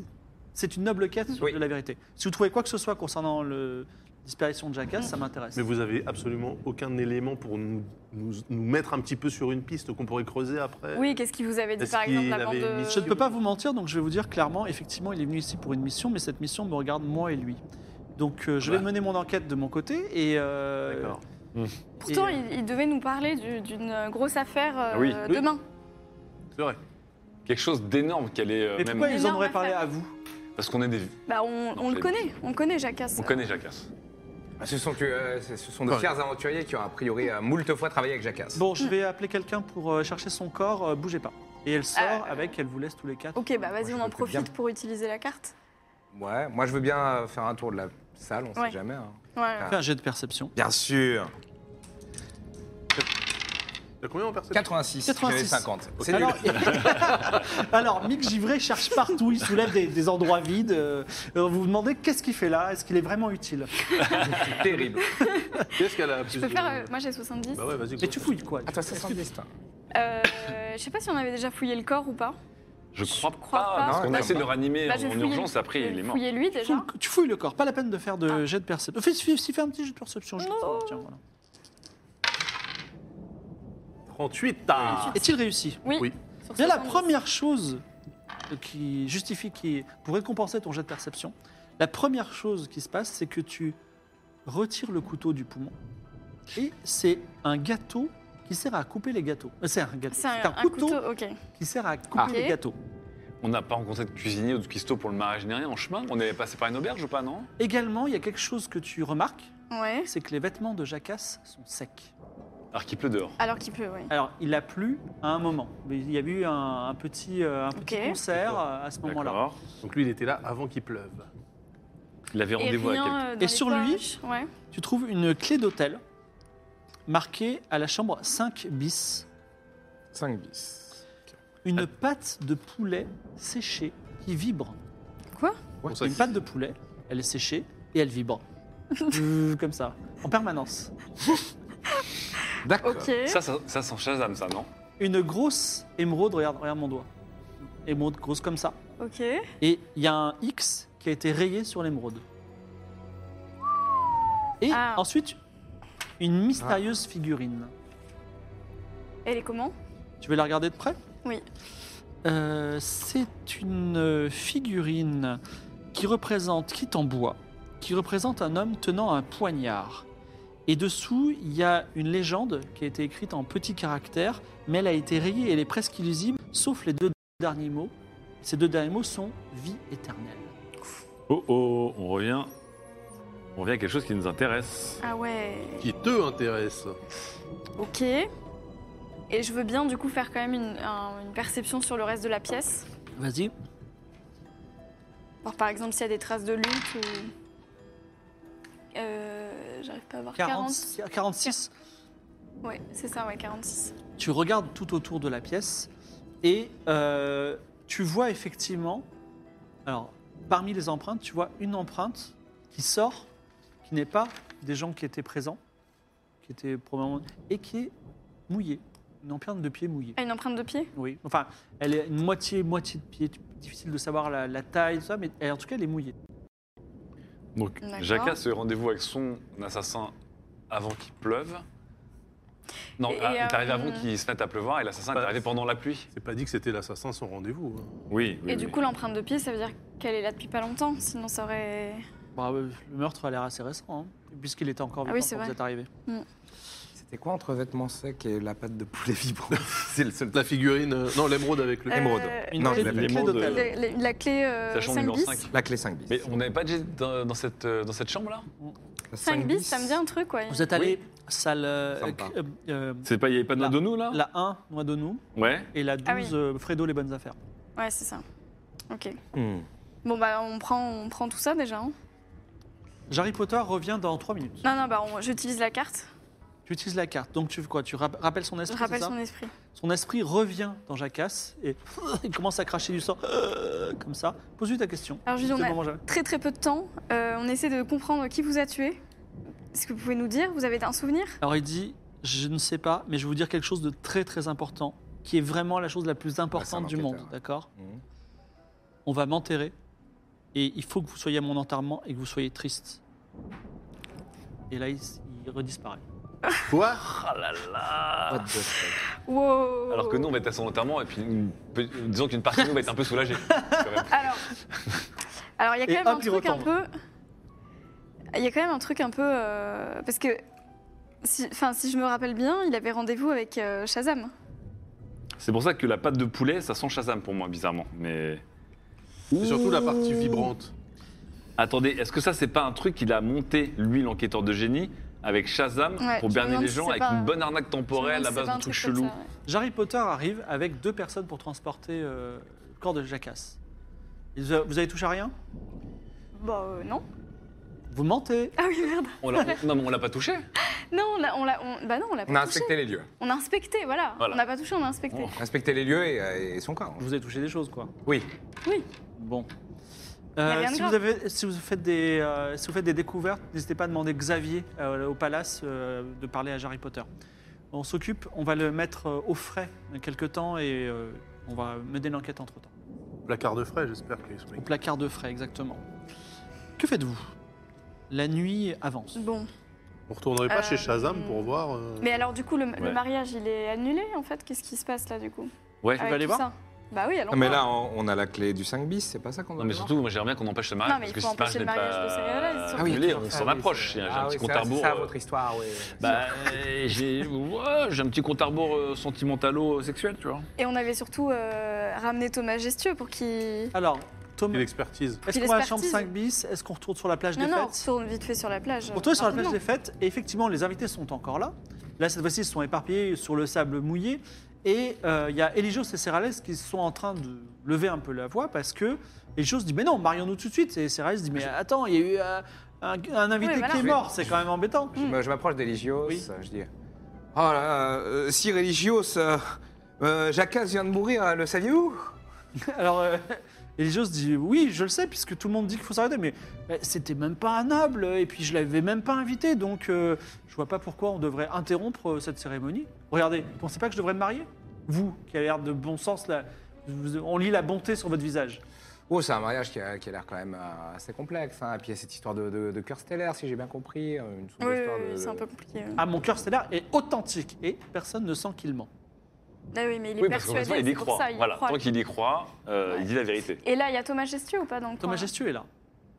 Speaker 1: c'est une noble quête
Speaker 3: Oui.
Speaker 1: de la vérité. Si vous trouvez quoi que ce soit concernant le la disparition de Jackass, ça m'intéresse.
Speaker 5: Mm. Mais vous avez absolument aucun élément pour nous, nous, nous mettre un petit peu sur une piste qu'on pourrait creuser après.
Speaker 4: oui, qu'est-ce qu'il vous avait dit,
Speaker 5: Est-ce
Speaker 4: par exemple,
Speaker 5: qu'il
Speaker 4: avant
Speaker 5: avait
Speaker 4: de...
Speaker 5: mis-
Speaker 1: Je ne peux pas vous mentir, donc je vais vous dire clairement, effectivement, il est venu ici pour une mission, mais cette mission me regarde moi et lui. Donc euh, je vais
Speaker 5: Bah.
Speaker 1: mener mon enquête de mon côté et... euh,
Speaker 5: D'accord.
Speaker 4: Pourtant,
Speaker 1: et, euh,
Speaker 4: il, il devait nous parler du- d'une grosse affaire euh,
Speaker 2: Ah oui.
Speaker 5: Oui.
Speaker 4: demain.
Speaker 5: C'est vrai.
Speaker 2: Quelque chose d'énorme qu'elle est euh,
Speaker 1: Mais pourquoi
Speaker 2: même.
Speaker 1: ils en auraient
Speaker 4: Énorme
Speaker 1: parlé
Speaker 4: affaire.
Speaker 1: à vous
Speaker 2: Parce qu'on est des.
Speaker 4: Bah, on,
Speaker 2: Non,
Speaker 4: on
Speaker 2: je
Speaker 4: le
Speaker 2: l'ai
Speaker 4: connaît, on connaît Jacasse.
Speaker 2: On connaît Jacasse.
Speaker 3: Ah, Ce sont, euh, ce ce sont de
Speaker 5: Ouais.
Speaker 3: fiers aventuriers qui ont a priori euh, moult fois travaillé avec Jacasse.
Speaker 1: Bon, je vais appeler quelqu'un pour euh, chercher son corps, euh, bougez pas. Et elle sort
Speaker 4: Ah.
Speaker 1: avec, elle vous laisse tous les quatre.
Speaker 4: Ok, bah
Speaker 3: je
Speaker 4: vas-y, on
Speaker 3: le
Speaker 4: en
Speaker 3: fais bien.
Speaker 4: profite pour utiliser la carte.
Speaker 3: Ouais, moi je veux bien euh, faire un tour de la salle, on
Speaker 4: Ouais.
Speaker 3: sait jamais. hein.
Speaker 4: Ouais.
Speaker 3: Ah.
Speaker 1: Fais un jet de perception.
Speaker 3: Bien sûr.
Speaker 5: T'as combien en perception
Speaker 3: 86.
Speaker 1: 86.
Speaker 3: J'avais 50. C'est nul.
Speaker 1: Alors, alors, Mick Givray cherche partout, il soulève des, des endroits vides. euh, euh, vous vous demandez qu'est-ce qu'il fait là Est-ce qu'il est vraiment utile
Speaker 3: C'est terrible.
Speaker 5: Qu'est-ce qu'elle a
Speaker 4: Je peux faire... euh, moi, j'ai 70.
Speaker 5: Bah ouais, vas-y.
Speaker 1: Mais tu fouilles quoi
Speaker 3: Ah, toi, 70, toi.
Speaker 4: Euh, je sais pas si on avait déjà fouillé le corps ou pas.
Speaker 2: Je crois pas.
Speaker 4: crois pas.
Speaker 2: Parce qu'on
Speaker 3: Non,
Speaker 2: a essayé de le ranimer
Speaker 4: Bah,
Speaker 2: en,
Speaker 4: j'ai
Speaker 2: en
Speaker 4: fouillé-
Speaker 2: urgence, après il est mort.
Speaker 4: Fouillé lui,
Speaker 1: Tu fouilles
Speaker 4: déjà.
Speaker 1: le- Tu fouilles le corps, pas la peine de faire
Speaker 4: Ah.
Speaker 1: de jet de perception. Fais, fais- fais- fais un petit jet de perception. je vais te faire, tiens, voilà.
Speaker 5: 38 ah.
Speaker 1: Est-il réussi
Speaker 4: Oui.
Speaker 5: Oui.
Speaker 4: sur
Speaker 1: Bien, la
Speaker 4: 70.
Speaker 1: première chose qui justifie, qui, pour récompenser ton jet de perception, la première chose qui se passe, c'est que tu retires le couteau du poumon et c'est un gâteau qui sert à couper les gâteaux. Euh, C'est un gâteau.
Speaker 4: C'est un, un couteau, ok.
Speaker 1: qui sert à couper
Speaker 4: Ah.
Speaker 1: les
Speaker 4: Ok.
Speaker 1: gâteaux.
Speaker 2: On n'a pas rencontré de cuisinier ou de cuistot pour le mariage ni rien en chemin. On est passé par une auberge ou pas, non
Speaker 1: Également, il y a quelque chose que tu remarques,
Speaker 4: Ouais.
Speaker 1: c'est que les vêtements de Jacasse sont secs.
Speaker 2: Alors qu'il pleut dehors.
Speaker 4: Alors qu'il peut, oui.
Speaker 1: Alors, il a plu à un moment. mais Il y a eu un, un petit, euh, un petit
Speaker 4: Ok.
Speaker 1: concert euh, à ce moment-là.
Speaker 2: D'accord.
Speaker 5: Donc lui, il était là avant qu'il pleuve.
Speaker 2: Il avait
Speaker 4: Et
Speaker 2: rendez-vous avec quelqu'un.
Speaker 4: rien, euh, dans
Speaker 1: Et sur
Speaker 4: les
Speaker 1: lui
Speaker 4: poches, Ouais.
Speaker 1: Tu trouves une clé d'hôtel, marqué à la chambre 5 bis
Speaker 3: 5 bis.
Speaker 1: une pâte de poulet séchée qui vibre.
Speaker 4: Quoi
Speaker 5: Bon, ça,
Speaker 1: Une pâte de poulet, elle est séchée et elle vibre. Euh, Comme ça, en permanence.
Speaker 3: D'accord.
Speaker 4: Ok.
Speaker 2: Ça, ça, ça sent Shazam, ça, non
Speaker 1: Une grosse émeraude, regarde, regarde mon doigt. Émeraude grosse comme ça.
Speaker 4: Ok.
Speaker 1: Et il y a un X qui a été rayé sur l'émeraude. Et
Speaker 4: Ah.
Speaker 1: ensuite, une mystérieuse figurine.
Speaker 4: Elle est comment
Speaker 1: Tu veux la regarder de près
Speaker 4: Oui.
Speaker 1: Euh, c'est une euh, figurine qui représente, qui est en bois, qui représente un homme tenant un poignard. Et dessous, il y a une légende qui a été écrite en petits caractères, mais elle a été rayée, elle est presque illisible, sauf les deux derniers mots. Ces deux derniers mots sont vie éternelle.
Speaker 6: Oh oh, on revient. On revient à quelque chose qui nous intéresse.
Speaker 4: Ah ouais.
Speaker 5: Qui te intéresse
Speaker 4: Ok. Et je veux bien du coup faire quand même une, un- une perception sur le reste de la pièce.
Speaker 1: Vas-y.
Speaker 4: Voir par exemple s'il y a des traces de lutte ou. Euh, J'arrive pas à voir. 40.
Speaker 1: 46.
Speaker 4: Ouais, c'est ça, ouais, 46.
Speaker 1: Tu regardes tout autour de la pièce et euh, tu vois effectivement, alors parmi les empreintes, tu vois une empreinte qui sort, qui n'est pas des gens qui étaient présents, qui étaient probablement, et qui est mouillée, une empreinte de pied mouillée.
Speaker 4: Ah, une empreinte de pied
Speaker 1: Oui, enfin, elle est une moitié, moitié de pied, difficile de savoir la, la taille, tout ça, mais elle- en tout cas, elle est mouillée.
Speaker 6: Donc,
Speaker 4: D'accord.
Speaker 2: Jacques a ce rendez-vous avec son assassin avant qu'il pleuve. Non,
Speaker 4: Et,
Speaker 2: ah, il est arrivé
Speaker 4: euh,
Speaker 2: avant qu'il se mette à pleuvoir et l'assassin est
Speaker 5: Bah,
Speaker 2: arrivé pendant la pluie.
Speaker 5: C'est pas dit que c'était l'assassin sans rendez-vous. hein.
Speaker 6: oui. oui,
Speaker 4: Et du
Speaker 6: oui.
Speaker 4: coup, l'empreinte de pied, ça veut dire qu'elle est là depuis pas longtemps, sinon ça aurait.
Speaker 1: Bah, euh, le meurtre a l'air assez récent, hein, puisqu'il était encore
Speaker 4: Ah
Speaker 1: vivant
Speaker 4: oui, c'est
Speaker 1: quand vous
Speaker 4: vrai.
Speaker 1: êtes arrivé.
Speaker 3: C'était quoi entre vêtements secs et la pâte de poulet vibrant C'est le seul
Speaker 5: La figurine. euh, non, l'émeraude avec le.
Speaker 3: Émeraude.
Speaker 4: Euh,
Speaker 1: Une
Speaker 3: Non,
Speaker 1: clé-
Speaker 3: je
Speaker 1: une
Speaker 3: l'ai
Speaker 1: clé
Speaker 2: pas.
Speaker 1: d'hôtel.
Speaker 4: la, la- la clé euh,
Speaker 2: Sachant
Speaker 4: 5
Speaker 2: numéro
Speaker 4: bis
Speaker 2: 5.
Speaker 3: La clé 5 bis.
Speaker 2: Mais on n'avait pas dit dans, dans cette, euh, dans cette chambre-là
Speaker 3: La
Speaker 4: 5 bis, ça me dit un truc, ouais.
Speaker 1: Vous êtes allé salle euh,
Speaker 3: Sympa.
Speaker 1: euh, euh,
Speaker 6: C'est pas, il n'y avait pas de
Speaker 1: Là.
Speaker 6: noix de nous là
Speaker 1: la 1, Noix de nous,
Speaker 6: Ouais.
Speaker 1: et la 12,
Speaker 4: Ah oui.
Speaker 1: euh, Fredo, les bonnes affaires.
Speaker 4: Ouais, c'est ça. Ok.
Speaker 3: Hmm.
Speaker 4: Bon, bah, on prend, on prend tout ça déjà. hein.
Speaker 1: Harry Potter revient dans 3 minutes.
Speaker 4: Non, non, bah, on- j'utilise la carte.
Speaker 1: Tu utilises la carte, donc tu fais quoi Tu rap- rappelles son
Speaker 4: Je
Speaker 1: esprit
Speaker 4: rappelle
Speaker 1: c'est ça
Speaker 4: son esprit.
Speaker 1: Son esprit revient dans Jacasse et il commence à cracher du sang, euh, comme ça. Pose-lui ta question.
Speaker 4: Alors, je lui
Speaker 1: C'est
Speaker 4: dis, on
Speaker 1: le
Speaker 4: a-
Speaker 1: moment jamais.
Speaker 4: Très, très peu de temps. Euh, on essaie de comprendre qui vous a tué. Est-ce que vous pouvez nous dire Vous avez un souvenir
Speaker 1: Alors il dit, je ne sais pas, mais je vais vous dire quelque chose de très très important, qui est vraiment la chose la plus importante du monde,
Speaker 3: enquêteur, ouais.
Speaker 1: d'accord
Speaker 3: Mhm.
Speaker 1: On va m'enterrer, et il faut que vous soyez à mon enterrement et que vous soyez triste. Et là, il, s- il redisparaît.
Speaker 5: Quoi
Speaker 2: Ah là là
Speaker 3: What the fuck.
Speaker 4: Wow
Speaker 2: Alors que nous, on va être à son enterrement et puis une- peu- disons qu'une partie de nous va être un peu soulagée. quand même.
Speaker 4: Alors, alors il y a quand
Speaker 1: Et
Speaker 4: même
Speaker 1: hop,
Speaker 4: un
Speaker 1: il
Speaker 4: truc un
Speaker 1: retombe.
Speaker 4: peu. Il y a quand même un truc un peu euh, parce que, si, enfin, si je me rappelle bien, il avait rendez-vous avec euh, Shazam.
Speaker 6: C'est pour ça que la pâte de poulet, ça sent Shazam pour moi, bizarrement. Mais
Speaker 4: Euh,
Speaker 5: C'est surtout la partie vibrante.
Speaker 6: attendez, est-ce que ça, c'est pas un truc qu'il a monté, lui, l'enquêteur de génie, avec Shazam
Speaker 4: Ouais, je
Speaker 6: pour
Speaker 4: me
Speaker 6: berner
Speaker 4: demande
Speaker 6: les
Speaker 4: si
Speaker 6: gens
Speaker 4: c'est
Speaker 6: avec
Speaker 4: pas-
Speaker 6: une bonne arnaque temporelle à
Speaker 4: C'est pas
Speaker 6: base
Speaker 4: un
Speaker 6: de trucs
Speaker 4: truc comme
Speaker 6: chelous
Speaker 4: ça, ouais.
Speaker 1: Harry Potter arrive avec deux personnes pour transporter euh, le corps de Jacasse. Il dit, Vous avez touché à rien
Speaker 4: Bah euh, non.
Speaker 1: Vous mentez
Speaker 4: Ah oui merde.
Speaker 2: On l'a- on- non, mais on l'a pas touché.
Speaker 4: Non, on l'a, on l'a, on- bah non, on l'a pas
Speaker 3: On a
Speaker 4: touché.
Speaker 3: inspecté les lieux.
Speaker 4: On a inspecté, voilà.
Speaker 2: Voilà.
Speaker 4: On n'a pas touché, on a inspecté.
Speaker 3: Inspecté les lieux et, euh, et son corps.
Speaker 1: Vous avez touché des choses, quoi.
Speaker 3: Oui.
Speaker 4: Oui.
Speaker 1: Bon.
Speaker 4: a
Speaker 1: Euh,
Speaker 4: rien de
Speaker 1: si,
Speaker 4: grave.
Speaker 1: vous avez, si, vous faites des, euh, si vous faites des découvertes, n'hésitez pas à demander Xavier euh, au palace euh, de parler à Harry Potter. On s'occupe, on va le mettre euh, au frais dans quelques temps et euh, on va mener l'enquête entre temps.
Speaker 5: Placard de frais, j'espère que les
Speaker 1: Au
Speaker 5: mecs.
Speaker 1: placard de frais, exactement. Que faites-vous La nuit avance.
Speaker 6: Oh.
Speaker 4: Bon.
Speaker 5: On retournerait pas
Speaker 4: Euh,
Speaker 5: chez Shazam pour voir. euh,
Speaker 4: Mais alors du coup, le, le
Speaker 6: Ouais.
Speaker 4: mariage, il est annulé en fait. Qu'est-ce qui se passe là du coup
Speaker 6: Ouais.
Speaker 4: Avec
Speaker 1: aller
Speaker 4: tout
Speaker 1: voir
Speaker 4: ça Bah oui, allons.
Speaker 3: Non, Ah, mais
Speaker 4: voir.
Speaker 3: là, on, on a la clé du 5 bis, c'est pas ça qu'on doit
Speaker 2: Non, mais
Speaker 3: voir
Speaker 2: surtout, moi, j'aimerais bien qu'on empêche le mariage.
Speaker 4: Non, mais il
Speaker 2: parce
Speaker 4: faut
Speaker 2: que si
Speaker 4: empêcher le mariage de Céréales, ils sont-
Speaker 2: Ah
Speaker 3: Ah oui,
Speaker 2: oui,
Speaker 3: d'accord.
Speaker 2: on s'en
Speaker 3: Ah oui,
Speaker 2: approche. J'ai
Speaker 3: c'est-
Speaker 2: un
Speaker 3: ah
Speaker 2: petit
Speaker 3: oui,
Speaker 2: compte
Speaker 3: c'est
Speaker 2: à
Speaker 3: ça,
Speaker 2: rebours.
Speaker 3: C'est ça
Speaker 2: euh,
Speaker 3: votre histoire, oui.
Speaker 6: Bah, euh, j'ai ouais, j'ai un petit compte à rebours euh, sentimentalo-sexuel, tu vois.
Speaker 4: Et on avait surtout euh, ramené Thomas Gestueux pour qu'il.
Speaker 1: Alors,
Speaker 5: et
Speaker 1: Thomas,
Speaker 5: L'expertise.
Speaker 1: est-ce
Speaker 4: qu'il
Speaker 1: qu'on va à la chambre
Speaker 4: expertise.
Speaker 1: 5 bis Est-ce qu'on retourne sur la plage
Speaker 4: Non,
Speaker 1: des
Speaker 4: non,
Speaker 1: fêtes
Speaker 4: tourne vite fait sur la plage.
Speaker 1: On tourne sur la plage des
Speaker 4: rapidement.
Speaker 1: fêtes et effectivement, les invités sont encore là. Là, cette fois-ci, ils sont éparpillés sur le sable mouillé. Et euh, il y a Eligios et Serrales qui sont en train de lever un peu la voix parce que Eligios dit Mais non, marions-nous tout de suite. Et Serrales dit Mais attends, il y a eu euh, un, un invité
Speaker 4: Oui, voilà.
Speaker 1: qui est mort, c'est quand même embêtant.
Speaker 3: Je me- je m'approche d'Eligios,
Speaker 1: Oui.
Speaker 3: euh, je dis Oh là là, euh, si religios, euh, euh, Jacques vient de mourir, hein, le saviez-vous
Speaker 1: Alors, euh, Eligios dit Oui, je le sais, puisque tout le monde dit qu'il faut s'arrêter, mais euh, c'était même pas un noble, et puis je l'avais même pas invité, donc euh, je vois pas pourquoi on devrait interrompre euh, cette cérémonie. Regardez, vous pensez pas que je devrais me marier Vous, qui avez l'air de bon sens, là, vous- on lit la bonté sur votre visage.
Speaker 3: Oh, c'est un mariage qui a, qui a l'air quand même euh, assez complexe. hein. Et puis il y a cette histoire de, de, de cœur stellaire, si j'ai bien compris. euh, Une
Speaker 4: Oui,
Speaker 3: sorte d'histoire
Speaker 4: oui,
Speaker 3: de-
Speaker 4: oui, c'est un peu compliqué. ouais.
Speaker 1: Ah, mon cœur stellaire est authentique, et personne ne sent qu'il ment.
Speaker 4: Ah oui, mais il est
Speaker 6: Oui, parce qu'en
Speaker 4: persuadé,
Speaker 6: fait, il y
Speaker 4: c'est pour
Speaker 6: croit.
Speaker 4: ça, il y
Speaker 6: voilà,
Speaker 4: croit.
Speaker 6: tant qu'il y croit, euh, il dit la vérité.
Speaker 4: Et là, il y a Thomas Gestu ou pas dans le
Speaker 1: Thomas
Speaker 4: coin, là
Speaker 1: Gestu est là.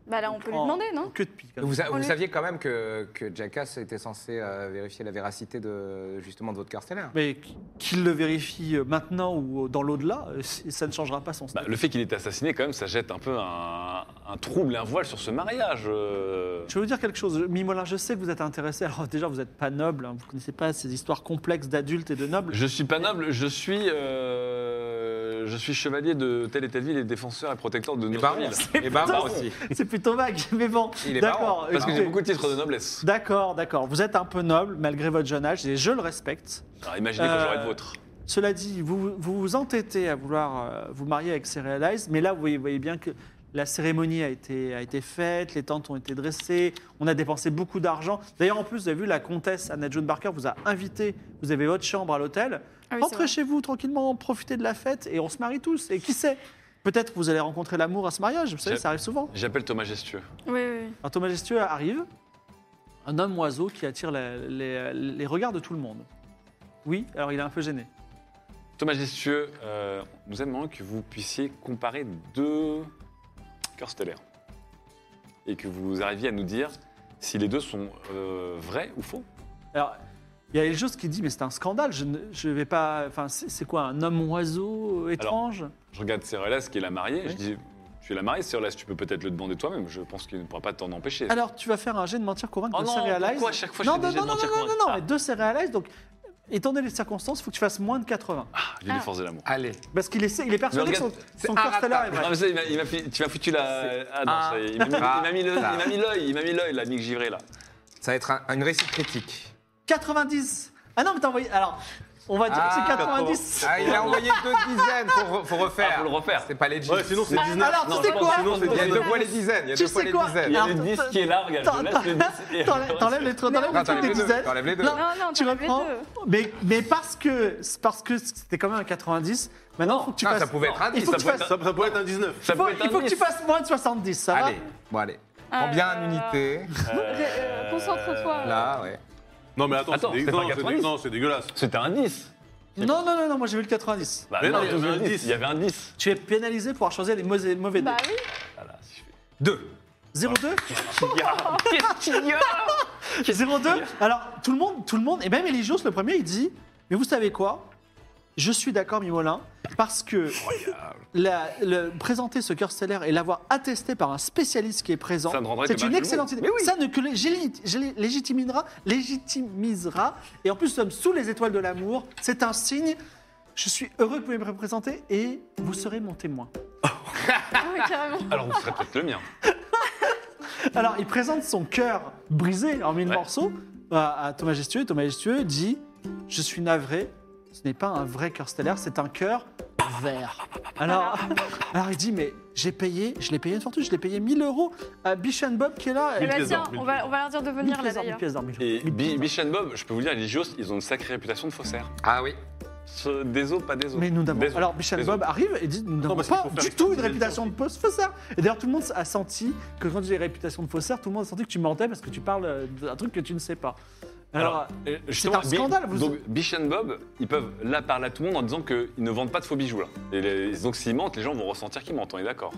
Speaker 4: Bah là, on peut lui
Speaker 1: En-
Speaker 4: demander, non
Speaker 1: Que de pique.
Speaker 3: Vous, sa-
Speaker 4: On
Speaker 3: vous
Speaker 4: lui-
Speaker 3: saviez quand même que, que Jackass était censé euh, vérifier la véracité de, justement de votre cœur stellaire
Speaker 1: Mais qu'il le vérifie euh, maintenant ou dans l'au-delà, euh, ça ne changera pas son
Speaker 6: Bah,
Speaker 1: statut.
Speaker 6: le fait qu'il ait assassiné, quand même, ça jette un peu un, un trouble, un voile sur ce mariage. euh.
Speaker 1: Je vais vous dire quelque chose, Mimolin, je sais que vous êtes intéressé. Alors déjà, vous n'êtes pas noble, hein, vous ne connaissez pas ces histoires complexes d'adultes et de nobles.
Speaker 6: Je suis pas noble, je suis, euh, je suis chevalier de telle et telle ville et défenseur et protecteur de notre
Speaker 3: barons.
Speaker 6: ville.
Speaker 3: Et Barbara aussi.
Speaker 1: C'est plutôt vague, mais bon.
Speaker 3: Il est
Speaker 1: D'accord.
Speaker 6: Parce que j'ai
Speaker 1: écoutez.
Speaker 6: beaucoup de titres de noblesse.
Speaker 1: D'accord, d'accord. Vous êtes un peu noble, malgré votre jeune âge, et je le respecte.
Speaker 6: Alors, imaginez quand
Speaker 1: Euh,
Speaker 6: j'aurai le vôtre.
Speaker 1: Cela dit, vous vous, vous entêtez à vouloir euh, vous marier avec Serialize, mais là, vous voyez, vous voyez bien que la cérémonie a été, a été faite, les tentes ont été dressées, on a dépensé beaucoup d'argent. D'ailleurs, en plus, vous avez vu, la comtesse Anna Joan Barker vous a invité, vous avez votre chambre à l'hôtel.
Speaker 4: Ah oui, c'est
Speaker 1: Rentrez
Speaker 4: vrai.
Speaker 1: chez vous tranquillement, profitez de la fête, et on se marie tous. Et qui sait Peut-être que vous allez rencontrer l'amour à ce mariage, vous savez,
Speaker 6: J'ai-
Speaker 1: ça arrive souvent.
Speaker 6: J'appelle Thomas Gestueux.
Speaker 4: Oui, oui, oui.
Speaker 1: Un taux majestueux arrive, un homme oiseau qui attire la- les, les regards de tout le monde. Oui, alors il est un peu gêné.
Speaker 6: Thomas Gestueux, euh, nous aimerions que vous puissiez comparer deux cœurs stellaires. Et que vous arriviez à nous dire si les deux sont euh, vrais ou faux.
Speaker 1: Alors, il y a Elios qui dit, mais c'est un scandale, je ne je vais pas... Enfin, c'est c'est quoi, un homme oiseau euh, étrange
Speaker 6: Je regarde Cérelas qui est la mariée,
Speaker 1: Oui.
Speaker 6: je dis Tu es la mariée, Cérelas, tu peux peut-être le demander toi-même, je pense qu'il ne pourra pas t'en empêcher.
Speaker 1: alors... tu vas faire un jet de mentir couronne
Speaker 6: Oh
Speaker 1: de
Speaker 6: non,
Speaker 1: céréales.
Speaker 6: pourquoi à chaque fois je
Speaker 1: non,
Speaker 6: fais
Speaker 1: non,
Speaker 6: des jets
Speaker 1: non,
Speaker 6: de
Speaker 1: non,
Speaker 6: mentir
Speaker 1: non, non,
Speaker 6: couronne
Speaker 1: non,
Speaker 6: Ah.
Speaker 1: mais deux céréales, donc... Étant donné les circonstances, il faut que tu fasses moins de 80.
Speaker 6: Ah, J'ai les forces de l'amour.
Speaker 3: Allez.
Speaker 1: Parce qu'il est, il est persuadé
Speaker 6: Mais
Speaker 1: que son,
Speaker 6: regarde,
Speaker 1: son cœur stellaire est
Speaker 6: Ah,
Speaker 1: vrai.
Speaker 6: mais ça, il m'a- il m'a fi- tu m'as foutu la. Ah non, ça y est, il m'a mis- il m'a mis le- il m'a mis l'œil, il m'a mis l'œil, là, Nick Givré, là.
Speaker 3: Ça va être un- une récite critique.
Speaker 1: 90 Ah non, mais t'as envoyé... Alors, on va dire que c'est 90
Speaker 3: Ah, il a envoyé deux dizaines, faut, re- faut refaire.
Speaker 6: Ah, faut le refaire.
Speaker 3: C'est pas legit.
Speaker 5: Ouais, sinon c'est 19.
Speaker 1: Ah, Alors, tu
Speaker 5: Non,
Speaker 1: sais quoi
Speaker 5: Sinon c'est
Speaker 3: Il y a
Speaker 5: 19.
Speaker 3: deux fois les dizaines. Il y a
Speaker 1: Tu
Speaker 3: deux fois
Speaker 1: sais
Speaker 3: les
Speaker 1: quoi
Speaker 6: Il y
Speaker 3: dizaines.
Speaker 6: a
Speaker 1: Alors,
Speaker 6: le 10
Speaker 1: t'en-
Speaker 6: qui est là, regarde, je
Speaker 1: T'en-
Speaker 6: laisse le 10. et
Speaker 1: t'en- T'enlèves les trois, t'enlèves
Speaker 3: Non, t'enlèves
Speaker 1: les
Speaker 3: les deux,
Speaker 1: dizaines.
Speaker 3: t'enlèves les deux.
Speaker 1: Non,
Speaker 4: Non, non,
Speaker 1: tu
Speaker 4: t'enlèves les
Speaker 1: reprends.
Speaker 4: deux.
Speaker 1: Mais, mais parce que c'est parce que c'était quand même un 90, maintenant faut que tu
Speaker 3: Non,
Speaker 1: fasses.
Speaker 3: Ah, ça pouvait être un
Speaker 1: il
Speaker 3: 10.
Speaker 1: faut que tu
Speaker 3: ça pouvait
Speaker 1: fasses.
Speaker 5: Ça, ça pourrait être un 19.
Speaker 6: Ça
Speaker 1: Il faut,
Speaker 6: peut être
Speaker 1: il faut
Speaker 6: un
Speaker 1: que tu
Speaker 6: 10.
Speaker 1: fasses moins de 70, ça
Speaker 3: être-
Speaker 1: va
Speaker 3: Allez, bon, allez.
Speaker 4: Ah
Speaker 3: Prends bien
Speaker 4: là
Speaker 3: une
Speaker 4: là.
Speaker 3: unité.
Speaker 4: Ré- euh, Concentre-toi.
Speaker 3: Là, ouais.
Speaker 5: Non, mais attends,
Speaker 6: Attends,
Speaker 5: c'est
Speaker 6: c'est
Speaker 5: dé- non,
Speaker 6: pas
Speaker 5: c'est dé-
Speaker 6: 90.
Speaker 5: non, c'est dégueulasse.
Speaker 6: C'était un 10.
Speaker 1: Non, non, non, non, moi j'ai vu le 90.
Speaker 6: Bah,
Speaker 5: Mais non,
Speaker 6: il y avait un 10. Il y avait un 10.
Speaker 1: Tu es pénalisé pour avoir choisi les mauvais, mauvais
Speaker 4: Bah oui.
Speaker 6: Voilà, si je fais-
Speaker 3: 2.
Speaker 1: 02
Speaker 6: Qu'est-ce qu'il y a
Speaker 1: 02 Alors, tout le monde, tout le monde, et même Eligios, le premier, il dit Mais vous savez quoi Je suis d'accord, Mimolin, parce que la- le- présenter ce cœur stellaire et l'avoir attesté par un spécialiste qui est présent,
Speaker 6: Ça ne rendrait
Speaker 1: c'est
Speaker 6: que
Speaker 1: une
Speaker 6: mal
Speaker 1: excellente
Speaker 6: tout
Speaker 1: idée.
Speaker 6: le monde. Mais oui.
Speaker 1: Ça ne que lé- gé- gé- légitimera, légitimisera, et en plus, nous sommes sous les étoiles de l'amour, c'est un signe. Je suis heureux que vous me représenter et vous serez mon témoin.
Speaker 4: Ah oui, carrément.
Speaker 6: Alors, vous serez peut-être le mien.
Speaker 1: Alors, il présente son cœur brisé en mille
Speaker 6: Ouais.
Speaker 1: morceaux Euh, à, à Thomas Gestueux. Thomas Gestueux dit Je suis navré, ce n'est pas un vrai cœur stellaire, c'est un cœur vert. Alors, alors il dit Mais j'ai payé, je l'ai payé une fortune, je l'ai payé 1000 euros à Bichon Bob qui est là.
Speaker 4: Eh
Speaker 1: Elle-
Speaker 4: bah
Speaker 5: pièces
Speaker 4: tiens,
Speaker 5: d'or, mille
Speaker 4: on va, on va leur dire de
Speaker 1: 1000
Speaker 4: venir là
Speaker 1: pièces d'or, 1000
Speaker 4: d'ailleurs.
Speaker 1: pièces d'or, 1000 euros.
Speaker 6: Et
Speaker 1: 1000 pièces
Speaker 6: Bi- Biche and Bob, je peux vous dire, les Gios, ils ont une sacrée réputation de faussaires.
Speaker 3: Ah oui.
Speaker 6: Ce- Des os, pas des os.
Speaker 1: d'or. Mais nous
Speaker 6: Des
Speaker 1: n'avons.
Speaker 6: os.
Speaker 1: Alors, Bichon
Speaker 6: Des os.
Speaker 1: Bob arrive et dit Nous n'avons
Speaker 5: parce qu'il
Speaker 1: pas
Speaker 5: faut faire
Speaker 1: du
Speaker 5: une
Speaker 1: tout une
Speaker 5: petite
Speaker 1: réputation de fausse- faussaire. Et d'ailleurs, tout le monde a senti que quand tu dis réputation de faussaire, tout le monde a senti que tu mentais parce que tu parles d'un truc que tu ne sais pas. Alors,
Speaker 6: euh,
Speaker 1: c'est
Speaker 6: justement,
Speaker 1: un
Speaker 6: Bi-
Speaker 1: scandale. Vous...
Speaker 6: Donc, Biche and Bob, ils peuvent là parler à tout le monde en disant qu'ils ne vendent pas de faux bijoux là. Et les- donc, s'ils mentent, les gens vont ressentir qu'ils mentent, on est d'accord.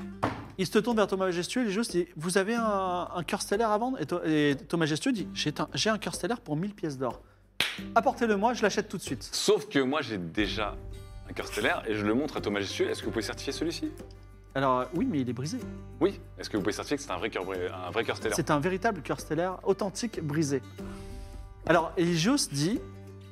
Speaker 1: Il se tourne vers Thomas Majestueux, les joueurs disent Vous avez un, un cœur stellaire à vendre Et, To- et Thomas Majestueux dit J'ai un, j'ai un cœur stellaire pour 1000 pièces d'or. Apportez-le moi, je l'achète tout de suite.
Speaker 6: Sauf que moi, j'ai déjà un cœur stellaire et je le montre à Thomas Gestueux. Est-ce que vous pouvez certifier celui-ci
Speaker 1: Alors, euh, oui, mais il est brisé.
Speaker 6: Oui. Est-ce que vous pouvez certifier que c'est un vrai cœur, un vrai cœur stellaire
Speaker 1: C'est un véritable cœur stellaire authentique brisé. Alors, Eligios dit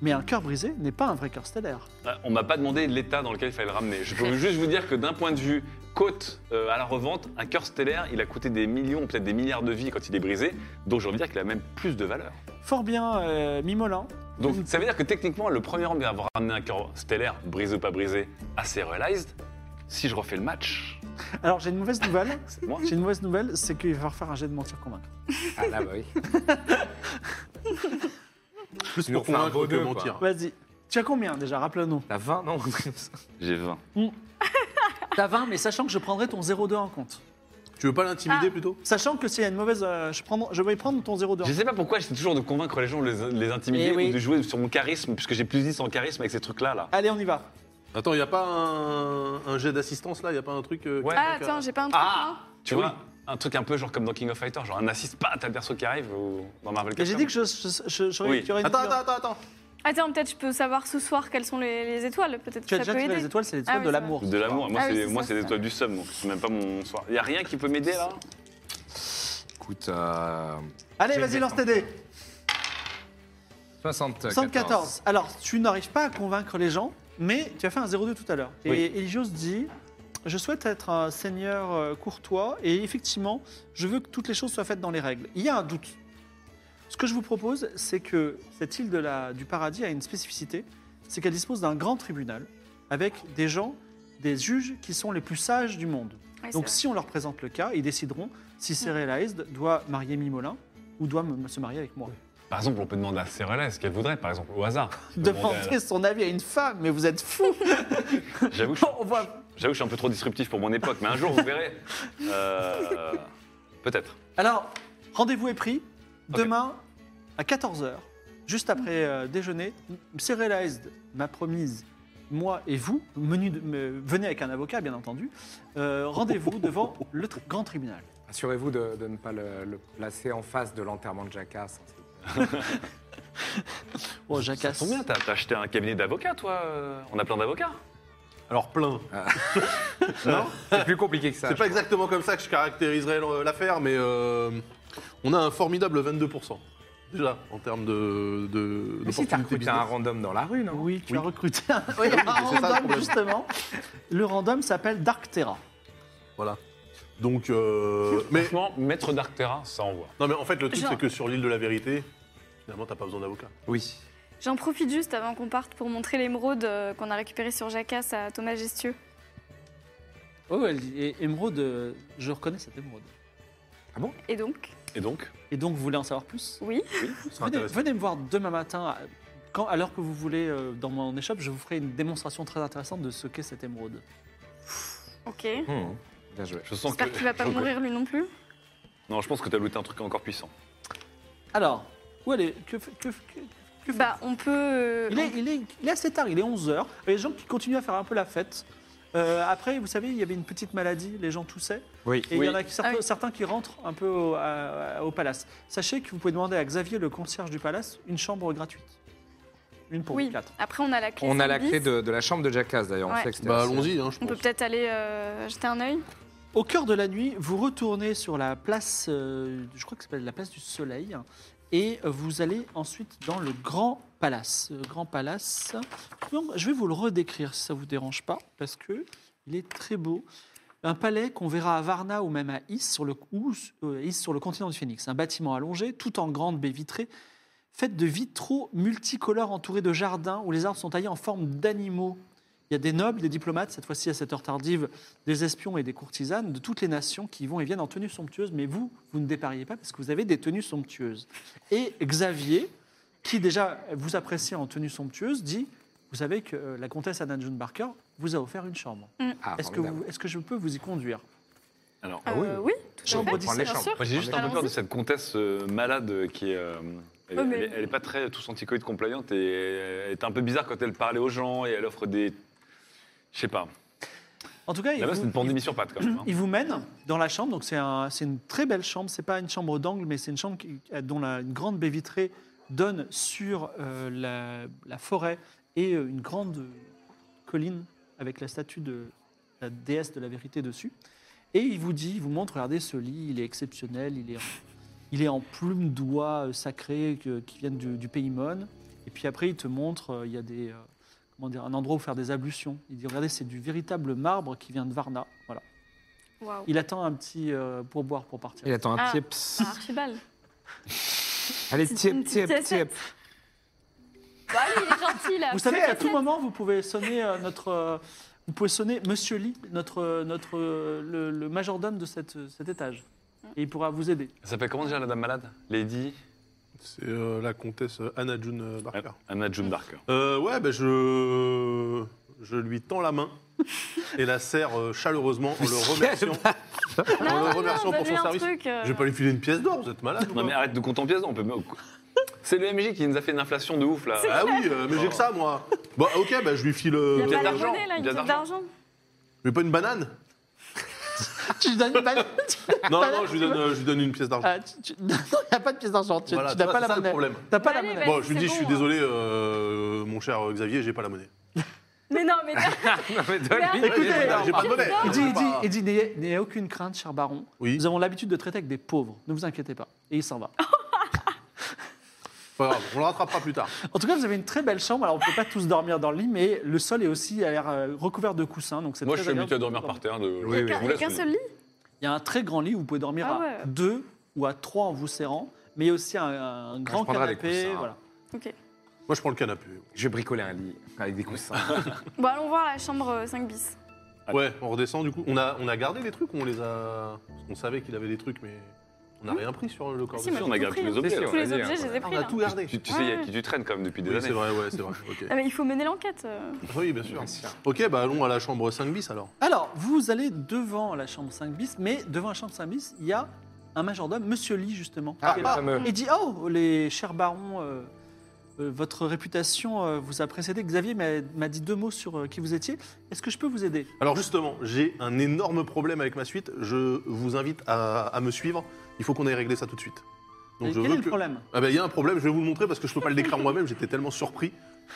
Speaker 1: Mais un cœur brisé n'est pas un vrai cœur stellaire.
Speaker 6: Ouais, Bah, On m'a pas demandé l'état dans lequel il fallait le ramener. Je peux juste vous dire que d'un point de vue cote euh, à la revente, un cœur stellaire, il a coûté des millions, peut-être des milliards de vies quand il est brisé. Donc j'ai envie de dire qu'il a même plus de valeur.
Speaker 1: Fort bien, euh, Mimolin.
Speaker 6: Donc ça veut dire que techniquement, le premier homme à avoir ramené un cœur stellaire, brisé ou pas brisé, assez realized, si je refais le match,
Speaker 1: Alors, j'ai une mauvaise nouvelle.
Speaker 6: c'est moi.
Speaker 1: J'ai une mauvaise nouvelle, c'est qu'il va falloir faire un jet de mentir convaincre.
Speaker 3: Ah là, bah oui.
Speaker 5: Plus
Speaker 3: Ils
Speaker 5: pour
Speaker 3: ont fait un
Speaker 5: convaincre
Speaker 3: beau
Speaker 5: que
Speaker 3: deux, quoi.
Speaker 5: mentir.
Speaker 1: Vas-y. Tu as combien déjà Rappelle-nous.
Speaker 3: T'as 20, non comme ça.
Speaker 6: J'ai 20.
Speaker 1: T'as 20, mais sachant que je prendrai ton 0,2 en compte.
Speaker 5: Tu veux pas l'intimider
Speaker 4: Ah.
Speaker 5: plutôt
Speaker 1: Sachant que s'il y a une mauvaise. euh, je, prends- je vais prendre ton 0,2 en
Speaker 6: Je sais pas pourquoi j'essaie toujours de convaincre les gens, de les, de les
Speaker 1: Eh
Speaker 6: intimider
Speaker 1: oui.
Speaker 6: ou de jouer sur mon charisme, puisque j'ai plus 10 en charisme avec ces trucs-là. Là.
Speaker 1: Allez, on y va.
Speaker 5: Attends, y a pas un, un jet d'assistance là Y a pas un truc euh,
Speaker 6: Ouais.
Speaker 4: Ah, attends, j'ai pas un truc.
Speaker 6: Ah
Speaker 4: hein
Speaker 1: Eh
Speaker 6: Tu vois Un truc un peu genre comme dans King of Fighters, genre un assist, pas t'as le perso qui arrive ou dans Marvel
Speaker 1: Et j'ai
Speaker 6: Capcom.
Speaker 1: dit que je, je, je- je-
Speaker 6: Oui.
Speaker 1: qu'il y aurait une
Speaker 5: Attends,
Speaker 1: nuance.
Speaker 5: attends, attends, attends.
Speaker 4: Attends, peut-être je peux savoir ce soir quelles sont les, les étoiles. Peut-être
Speaker 1: Tu
Speaker 4: que
Speaker 1: as
Speaker 4: ça
Speaker 1: déjà
Speaker 4: peut
Speaker 1: tiré
Speaker 4: aider.
Speaker 1: les étoiles, c'est les
Speaker 4: Ah
Speaker 1: étoiles
Speaker 4: oui,
Speaker 1: de
Speaker 4: c'est
Speaker 1: l'amour.
Speaker 6: De l'amour, moi
Speaker 4: Ah oui,
Speaker 6: c'est
Speaker 4: c'est
Speaker 6: moi
Speaker 4: ça,
Speaker 6: c'est des
Speaker 4: c'est
Speaker 6: étoiles du somme, donc c'est même pas mon soir. Y a rien qui peut m'aider là
Speaker 3: Écoute, euh,
Speaker 1: Allez,
Speaker 3: J'ai
Speaker 1: vas-y,
Speaker 3: le
Speaker 1: lance tes dés.
Speaker 3: 74.
Speaker 1: 74. Alors, tu n'arrives pas à convaincre les gens, mais tu as fait un 0,2 tout à l'heure. Et
Speaker 6: Oui.
Speaker 1: Eligios dit Je souhaite être un seigneur euh, courtois, et effectivement, je veux que toutes les choses soient faites dans les règles. Il y a un doute. Ce que je vous propose, c'est que cette île de la- du paradis a une spécificité c'est qu'elle dispose d'un grand tribunal avec des gens, des juges qui sont les plus sages du monde.
Speaker 4: Ouais,
Speaker 1: Donc
Speaker 4: Ah, c'est
Speaker 1: si on leur présente le cas, ils décideront si Serialized doit marier Mimolin ou doit me- se marier avec moi.
Speaker 6: Par exemple, on peut demander à Cerela ce qu'elle voudrait, par exemple, au hasard. On peut demander à-
Speaker 1: Demandez son avis à une femme, mais vous êtes fou
Speaker 6: J'avoue, je-
Speaker 1: On voit
Speaker 6: j'avoue que je suis un peu trop disruptif pour mon époque, mais un jour vous verrez. Euh, Peut-être.
Speaker 1: Alors, rendez-vous est pris.
Speaker 6: Ok.
Speaker 1: Demain, à 14h, juste après euh, déjeuner, Serialized m'a promise, moi et vous, menu de- me- venez avec un avocat, bien entendu, euh, rendez-vous devant le tri- grand tribunal.
Speaker 3: Assurez-vous de, de ne pas le, le placer en face de l'enterrement de Jacasse.
Speaker 1: Oh, jacasse.
Speaker 6: Combien t'as t'as acheté un cabinet d'avocats, toi euh On a plein d'avocats.
Speaker 5: Alors plein.
Speaker 3: Non C'est plus compliqué que ça.
Speaker 5: C'est pas exactement comme ça que je caractériserais l'affaire, mais euh, on a un formidable 22%. Déjà, en termes de. de
Speaker 3: Mais si t'as recruté un random dans la rue, non
Speaker 1: Oui, tu as recruté un, oui, un
Speaker 5: hein. c'est ça, le
Speaker 1: random,
Speaker 5: problème.
Speaker 1: justement. Le random s'appelle Dark Terra.
Speaker 5: Voilà. Donc. euh, mais,
Speaker 6: Franchement, maître d'Arctera, ça envoie.
Speaker 5: non, mais en fait, le truc,
Speaker 4: Genre-
Speaker 5: c'est que sur l'île de la vérité, finalement, t'as pas besoin d'avocat.
Speaker 3: Oui.
Speaker 4: ça. J'en profite juste avant qu'on parte pour montrer l'émeraude euh, qu'on a récupérée sur Jacasse à Thomas Gestieux.
Speaker 1: Oh, elle dit, et- émeraude, euh, je reconnais cette émeraude.
Speaker 4: Et donc
Speaker 6: Et donc
Speaker 1: Et donc, vous voulez en savoir plus
Speaker 4: Oui.
Speaker 1: Venez, venez me voir demain matin, à- quand, à l'heure que vous voulez, euh, dans mon échoppe, je vous ferai une démonstration très intéressante de ce qu'est cette émeraude.
Speaker 4: Ok.
Speaker 3: Hmm. Bien joué.
Speaker 6: Je sens que.
Speaker 4: J'espère qu'il va pas mourir lui non plus.
Speaker 6: Non, je pense que t'as looté un truc encore puissant.
Speaker 1: Alors, où elle est que, f- que f- que- que
Speaker 4: Bah, on peut. euh,
Speaker 1: il, est, il est- il est assez tard, il est 11h. Les gens qui continuent à faire un peu la fête. Euh, après, vous savez, il y avait une petite maladie, les gens toussaient.
Speaker 3: Oui.
Speaker 1: Et il
Speaker 6: Oui.
Speaker 1: y en a qui- certains,
Speaker 4: Ah oui.
Speaker 1: certains qui rentrent un peu au, à- au palace. Sachez que vous pouvez demander à Xavier, le concierge du palace, une chambre gratuite. Une pour
Speaker 4: oui.
Speaker 1: vous quatre.
Speaker 4: Après, on a la clé.
Speaker 3: On a la
Speaker 4: Sylvie.
Speaker 3: clé de, de la chambre de Jacasse, d'ailleurs.
Speaker 4: Ouais.
Speaker 3: On sait que c'était
Speaker 5: Bah,
Speaker 3: assez-
Speaker 5: allons-y, hein, je
Speaker 4: On peut
Speaker 5: pense.
Speaker 4: peut-être aller euh, jeter un œil.
Speaker 1: Au cœur de la nuit, vous retournez sur la place, euh, je crois que ça s'appelle la place du soleil, et vous allez ensuite dans le grand palace. Le grand palace, Donc, je vais vous le redécrire si ça ne vous dérange pas, parce que il est très beau. Un palais qu'on verra à Varna ou même à Is sur le, ou, euh, Is sur le continent du Phénix. Un bâtiment allongé, tout en grande baie vitrée, faite de vitraux multicolores entourés de jardins où les arbres sont taillés en forme d'animaux. Il y a des nobles, des diplomates, cette fois-ci à cette heure tardive, des espions et des courtisanes de toutes les nations qui vont et viennent en tenue somptueuse, mais vous, vous ne dépariez pas parce que vous avez des tenues somptueuses. Et Xavier, qui déjà vous apprécie en tenue somptueuse, dit Vous savez que euh, la comtesse Anna June Barker vous a offert une chambre.
Speaker 3: Ah,
Speaker 1: Est-ce que,
Speaker 3: formidable.
Speaker 1: vous- est-ce que je peux vous y conduire
Speaker 6: Alors,
Speaker 3: oui.
Speaker 4: Euh, oui.
Speaker 1: Chambre
Speaker 3: prendre
Speaker 1: dix-
Speaker 3: les
Speaker 4: bien
Speaker 3: chambres.
Speaker 4: sûr.
Speaker 6: Moi, j'ai juste un peu peur
Speaker 4: Allons-y.
Speaker 6: de cette comtesse euh, malade euh, qui est. euh, elle,
Speaker 4: Ouais, mais-
Speaker 6: elle est- elle est pas très euh, tous anticoïde compliante et euh, elle est un peu bizarre quand elle parlait aux gens et elle offre des. Je sais pas.
Speaker 1: En tout cas, il
Speaker 6: Là-bas, c'est
Speaker 1: vous,
Speaker 6: une pandémie sur pattes quand même. hein.
Speaker 1: il vous mène dans la chambre, donc c'est un- c'est une très belle chambre. C'est pas une chambre d'angle, mais c'est une chambre qui- dont la, une grande baie vitrée donne sur euh, la, la forêt et euh, une grande euh, colline avec la statue de la déesse de la vérité dessus. Et il vous dit, il vous montre, regardez ce lit, il est exceptionnel, il est, il est en plume d'oie euh, sacrée que- qui viennent du, du pays Mon. Et puis après, il te montre, euh, il y a des, euh, comment dire, un endroit où faire des ablutions. Il dit, regardez, c'est du véritable marbre qui vient de Varna. Voilà.
Speaker 4: Waouh.
Speaker 1: Il attend un petit euh, pourboire pour partir.
Speaker 3: Il attend un
Speaker 4: Ah.
Speaker 3: tips.
Speaker 4: Ah, Archibald.
Speaker 3: Allez,
Speaker 4: C'est
Speaker 3: tip,
Speaker 4: une
Speaker 3: tip,
Speaker 4: petite
Speaker 3: tip.
Speaker 4: Bah, lui, il est gentil là.
Speaker 1: Vous savez qu'à tout moment, vous pouvez sonner euh, notre. euh, vous pouvez sonner Monsieur Lee, notre, euh, notre, euh, le, le majordome de cette, euh, cet étage. Et il pourra vous aider.
Speaker 6: Ça s'appelle comment déjà la dame malade Lady
Speaker 5: C'est euh, la comtesse Anna June euh, Barker.
Speaker 6: Anna June Barker.
Speaker 5: Euh, ouais, ben je... je lui tends la main et la serre euh, chaleureusement en le remerciant.
Speaker 4: Non,
Speaker 5: en le
Speaker 4: non, non,
Speaker 5: remerciant
Speaker 4: on va
Speaker 5: pour son
Speaker 4: lui un
Speaker 5: service.
Speaker 4: truc. euh,
Speaker 5: Je vais pas lui filer une pièce d'or, vous êtes malade ou
Speaker 6: Non mais
Speaker 5: quoi
Speaker 6: arrête de compter en pièces, on peut. C'est le MJ qui nous a fait une inflation de ouf là.
Speaker 5: Ah oui, euh, mais j'ai que ça, moi. Bon, ok, ben je lui file... euh,
Speaker 4: Il y
Speaker 6: bien
Speaker 4: a pas
Speaker 6: d'argent,
Speaker 4: d'abonnés là, une
Speaker 6: bien
Speaker 4: pièce
Speaker 6: d'argent.
Speaker 4: d'argent.
Speaker 5: je lui fais pas une banane
Speaker 1: Tu lui donnes une balle
Speaker 5: Non, non, je lui donne, euh, je lui donne une pièce d'argent.
Speaker 1: Ah, tu- tu- Non, il n'y a pas de pièce d'argent. Tu tu
Speaker 5: Voilà,
Speaker 1: n'as
Speaker 5: tu vois,
Speaker 1: pas
Speaker 5: c'est
Speaker 1: la
Speaker 5: ça le
Speaker 1: monnaie.
Speaker 5: problème.
Speaker 1: T'as pas la
Speaker 4: Allez,
Speaker 1: monnaie.
Speaker 4: vas-y,
Speaker 5: Bon, je lui
Speaker 4: c'est
Speaker 5: dis, je suis
Speaker 4: bon.
Speaker 5: désolé, euh, mon cher euh, Xavier, j'ai pas la monnaie.
Speaker 4: Mais non, mais. mais
Speaker 1: Écoutez,
Speaker 5: J'ai pas de
Speaker 1: j'ai
Speaker 4: pas de
Speaker 5: monnaie.
Speaker 4: monnaie.
Speaker 1: Il dit, il dit,
Speaker 5: Pas-
Speaker 1: il dit, n'ayez n'ayez aucune crainte, cher baron.
Speaker 5: Oui.
Speaker 1: Nous avons l'habitude de traiter avec des pauvres. Ne vous inquiétez pas. Et il s'en va.
Speaker 5: Pas grave, on le rattrapera plus tard.
Speaker 1: En tout cas, vous avez une très belle chambre. Alors, on ne peut pas tous dormir dans le lit, mais le sol est aussi à l'air euh, recouvert de coussins. Donc c'est
Speaker 6: Moi je
Speaker 1: très
Speaker 6: suis habitué à
Speaker 1: agréable.
Speaker 6: dormir par terre. De...
Speaker 4: Il n'y
Speaker 6: Je vous
Speaker 4: a
Speaker 6: laisse,
Speaker 4: qu'un
Speaker 6: mais-
Speaker 4: seul lit
Speaker 1: Il y a un très grand lit où vous pouvez dormir
Speaker 4: Ah
Speaker 1: à
Speaker 4: ouais.
Speaker 1: deux ou à trois en vous serrant. Mais il y a aussi un, un grand
Speaker 3: prendrai les
Speaker 1: canapé.
Speaker 5: hein.
Speaker 3: coussins.
Speaker 1: Voilà.
Speaker 4: Ok.
Speaker 5: Moi, je prends le canapé.
Speaker 3: Je vais bricoler un lit avec des coussins.
Speaker 4: Bon, allons voir la chambre euh, 5 bis.
Speaker 5: Ouais, Ah, on redescend du coup. On a, on a gardé les trucs ou on les a. Parce qu'on savait qu'il avait des trucs, mais on
Speaker 1: Hmm.
Speaker 5: n'a rien pris sur le corps
Speaker 4: Si,
Speaker 5: de
Speaker 4: moi,
Speaker 5: feu.
Speaker 6: on a
Speaker 4: j'ai
Speaker 6: gardé
Speaker 4: tout
Speaker 6: tous les objets,
Speaker 4: pris, hein.
Speaker 6: on
Speaker 4: Tous
Speaker 6: va
Speaker 4: les
Speaker 6: dire.
Speaker 4: objets, je les ai
Speaker 5: Ah,
Speaker 4: pris.
Speaker 5: On a
Speaker 4: là.
Speaker 5: tout gardé.
Speaker 6: Tu, tu sais, il y a
Speaker 4: Ouais.
Speaker 6: qui tu traînes quand même depuis des
Speaker 5: Oui, c'est
Speaker 6: années.
Speaker 5: vrai, ouais, c'est vrai. Ok.
Speaker 4: Ah, mais il faut mener l'enquête. euh.
Speaker 5: Oui, bien sûr.
Speaker 3: Bien sûr.
Speaker 5: Ok, bah allons à la chambre 5 bis alors.
Speaker 1: Alors, vous allez devant la chambre 5 bis, mais devant la chambre 5 bis, il y a un majordome, Monsieur Lee, justement.
Speaker 3: Ah,
Speaker 1: qui est
Speaker 3: le
Speaker 1: là.
Speaker 3: fameux.
Speaker 1: Il dit Oh, les chers barons, euh, euh, votre réputation euh, vous a précédé. Xavier m'a m'a dit deux mots sur euh, qui vous étiez. Est-ce que je peux vous aider
Speaker 5: Alors justement, j'ai un énorme problème avec ma suite. Je vous invite à, à me suivre. Il faut qu'on aille régler ça tout de suite.
Speaker 1: Et
Speaker 5: Donc je
Speaker 1: Quel est
Speaker 5: veux
Speaker 1: le
Speaker 5: que.
Speaker 1: problème
Speaker 5: Ah bah il y a un problème, je vais vous le montrer parce que je peux pas le décrire moi-même. J'étais tellement surpris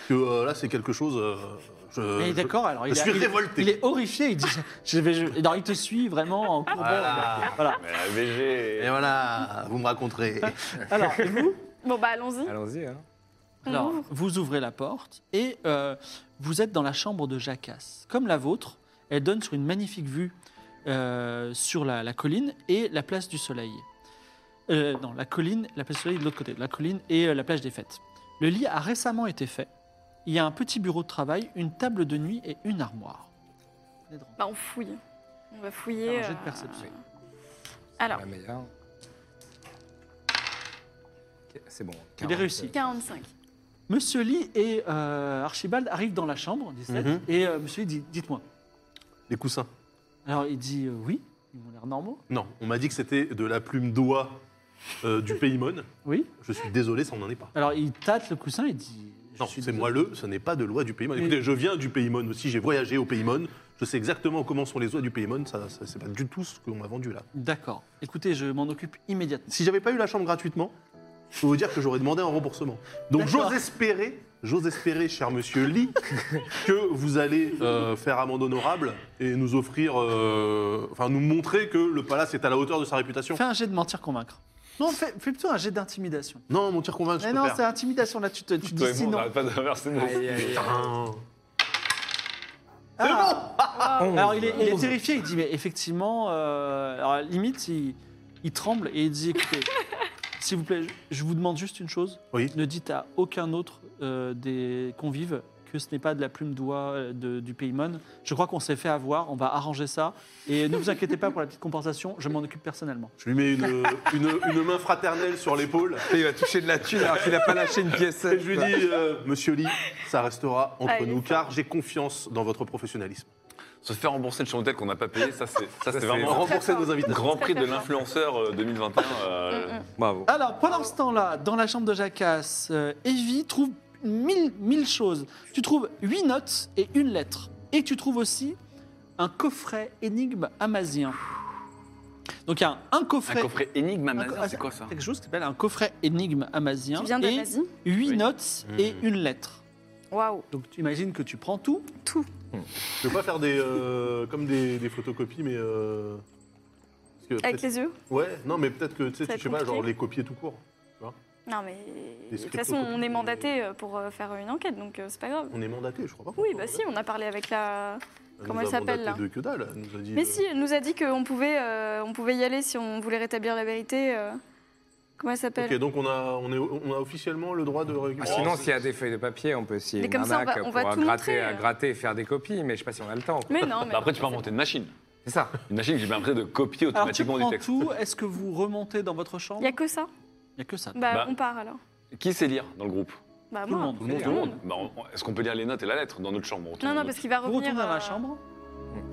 Speaker 5: que euh, là c'est quelque chose. euh, je-
Speaker 1: Eh,
Speaker 5: je-
Speaker 1: D'accord, alors il,
Speaker 5: je
Speaker 1: a-
Speaker 5: suis
Speaker 1: il-
Speaker 5: révolté.
Speaker 1: il est horrifié. Il dit je vais, je- non, il te suit vraiment en courbant.
Speaker 5: Voilà.
Speaker 1: Voilà.
Speaker 6: Mais euh, la VG.
Speaker 5: Et voilà, vous me raconterez.
Speaker 1: Alors, et vous
Speaker 4: Bon, bah,
Speaker 1: Euh.
Speaker 4: allons-y.
Speaker 3: Allons-y. Hein.
Speaker 4: On
Speaker 1: Alors,
Speaker 4: ouvre.
Speaker 1: vous ouvrez la porte et euh, vous êtes dans la chambre de Jacasse. Comme la vôtre, elle donne sur une magnifique vue euh, sur la, la colline et la place du soleil. Euh, non, la colline, la place du soleil de l'autre côté, la colline et euh, la plage des fêtes. Le lit a récemment été fait. Il y a un petit bureau de travail, une table de nuit et une armoire. Venez de rentrer.
Speaker 4: Bah, on fouille. On va fouiller.
Speaker 1: Un jet de
Speaker 4: euh,
Speaker 1: perception.
Speaker 4: Alors,
Speaker 3: La meilleure. Ok, C'est bon.
Speaker 1: Il est réussi.
Speaker 4: 45.
Speaker 1: Monsieur Lee et euh, Archibald arrivent dans la chambre 17
Speaker 5: Mhm.
Speaker 1: et euh, Monsieur Lee dit Dites-moi.
Speaker 5: Les coussins.
Speaker 1: Alors il dit euh, Oui, ils m'ont l'air normaux.
Speaker 5: Non, on m'a dit que c'était de la plume d'oie euh, du Paymon.
Speaker 1: Oui.
Speaker 5: Je suis désolé, ça on n'en est pas.
Speaker 1: Alors il tâte le coussin et dit je
Speaker 5: Non,
Speaker 1: suis
Speaker 5: c'est
Speaker 1: désolé.
Speaker 5: moelleux, ce n'est pas de loi du Paymon.
Speaker 1: Mais-
Speaker 5: Écoutez, je viens du Paymon aussi, j'ai voyagé au Paymon. Je sais exactement comment sont les oies du Paymon, ça, ça- c'est pas du tout ce qu'on m'a vendu là.
Speaker 1: D'accord. Écoutez, je m'en occupe immédiatement.
Speaker 5: Si j'avais pas eu la chambre gratuitement, je peux vous dire que j'aurais demandé un remboursement. Donc
Speaker 1: D'accord.
Speaker 5: j'ose espérer, j'ose espérer, cher monsieur Lee, que vous allez euh, faire amende honorable et nous offrir, euh, enfin nous montrer que le palace est à la hauteur de sa réputation.
Speaker 1: Fais un jet de mentir convaincre. Non, fais, fais plutôt un jet d'intimidation.
Speaker 5: Non, mon tir convaincu, je
Speaker 1: Mais
Speaker 5: peux
Speaker 1: non,
Speaker 5: faire.
Speaker 1: c'est intimidation là, tu te tu
Speaker 6: Toi
Speaker 1: dis
Speaker 6: et moi, on
Speaker 1: sinon.
Speaker 6: n'arrête pas d'inverser nos.
Speaker 3: Aïe, aïe, aïe.
Speaker 5: Putain.
Speaker 1: Ah.
Speaker 3: Onze.
Speaker 1: Alors il est, il est terrifié, il dit mais effectivement, euh, alors, limite il, il tremble et il dit écoutez, s'il vous plaît, je, je vous demande juste une chose.
Speaker 5: Oui.
Speaker 1: Ne dites à aucun autre euh, des convives que ce n'est pas de la plume d'oie euh, de- du Paymon. Je crois qu'on s'est fait avoir, on va arranger ça. Et ne vous inquiétez pas pour la petite compensation, je m'en occupe personnellement.
Speaker 5: Je lui mets une, une- une main fraternelle sur l'épaule
Speaker 3: Et Il va toucher de la thune alors qu'il n'a pas lâché une pièce.
Speaker 5: et je lui dis euh, Monsieur Lee, ça restera entre
Speaker 4: Allez,
Speaker 5: nous
Speaker 4: ça.
Speaker 5: car j'ai confiance dans votre professionnalisme.
Speaker 6: Se faire rembourser le champ d'hôtel qu'on n'a pas payé, ça c'est ça, c'est
Speaker 3: c'est
Speaker 6: vraiment
Speaker 5: Remboursez nos
Speaker 6: un
Speaker 5: invitations.
Speaker 6: grand prix de l'influenceur euh, 2021.
Speaker 4: Mm,
Speaker 6: euh,
Speaker 3: Bravo.
Speaker 1: Alors, pendant ce temps-là, dans la chambre de Jacasse, euh, Evie trouve mille, mille choses. Tu trouves huit notes et une lettre. Et tu trouves aussi un coffret énigme amazien. Donc, il y a un, un
Speaker 6: Un
Speaker 1: coffret.
Speaker 6: coffret énigme
Speaker 1: un co- ah,
Speaker 6: amazon, c'est quoi ça
Speaker 1: Quelque chose qui s'appelle un coffret énigme amazien.
Speaker 4: Tu viens de
Speaker 1: et
Speaker 4: l'Asie
Speaker 1: huit
Speaker 6: Oui. Hmm.
Speaker 1: notes et une lettre.
Speaker 4: Waouh.
Speaker 1: Donc, tu imagines que tu prends tout.
Speaker 5: Je vais pas faire des euh, comme des, des photocopies, mais euh, parce que
Speaker 4: Avec
Speaker 5: peut-être-
Speaker 4: les yeux
Speaker 5: ouais, non, mais peut-être que tu sais,
Speaker 4: Ça va être
Speaker 5: tu- je sais pas, genre
Speaker 4: compliqué.
Speaker 5: les copier tout court.
Speaker 4: Non, mais. De toute
Speaker 5: scripts
Speaker 4: façon,
Speaker 5: au
Speaker 4: on
Speaker 5: copier.
Speaker 4: est mandaté euh, pour euh, faire une enquête, donc euh, c'est pas grave.
Speaker 5: On est mandaté, je crois pas.
Speaker 4: Oui, bah si, on a parlé avec la.
Speaker 5: nous
Speaker 4: comment
Speaker 5: a
Speaker 4: elle s'appelle,
Speaker 5: mandaté
Speaker 4: là
Speaker 5: de que dalle. Elle nous a dit.
Speaker 4: Mais
Speaker 5: euh,
Speaker 4: si, elle nous a dit qu'on pouvait, euh, on pouvait y aller si on voulait rétablir la vérité. euh, Comment elle s'appelle
Speaker 5: Ok, donc on a, on, est, on a officiellement le droit de
Speaker 3: Ah,
Speaker 5: récupérer.
Speaker 3: sinon, s'il y a des feuilles de papier, on peut s'y
Speaker 4: Mais
Speaker 3: une
Speaker 4: comme ça, on
Speaker 3: arnaque
Speaker 4: va- on va
Speaker 3: pour, euh,
Speaker 4: tout
Speaker 3: gratter,
Speaker 4: montrer.
Speaker 3: euh, gratter et faire des copies, mais je sais pas si on a le temps.
Speaker 4: Mais non, mais.
Speaker 6: Bah, après, tu peux inventer une machine.
Speaker 3: C'est ça.
Speaker 6: Une machine qui permettrait de copier
Speaker 1: Alors tu
Speaker 6: automatiquement
Speaker 1: prends
Speaker 6: du texte.
Speaker 1: tout, est-ce que vous remontez dans votre chambre
Speaker 4: Il n'y a que ça
Speaker 1: Il n'y a que ça.
Speaker 4: bah,
Speaker 6: Bah.
Speaker 4: on part alors.
Speaker 6: Qui sait lire dans le groupe
Speaker 4: Bah,
Speaker 1: Tout le
Speaker 4: moi.
Speaker 1: monde.
Speaker 6: Tout le monde,
Speaker 4: Tout
Speaker 6: tout
Speaker 4: le
Speaker 6: le monde. Bah, on- Est-ce qu'on peut lire les notes et la lettre dans notre chambre On retourne
Speaker 4: Non, non,
Speaker 6: dans
Speaker 4: parce qu'il va
Speaker 1: Vous
Speaker 4: revenir.
Speaker 1: retournez dans
Speaker 4: euh,
Speaker 1: la chambre
Speaker 6: notre-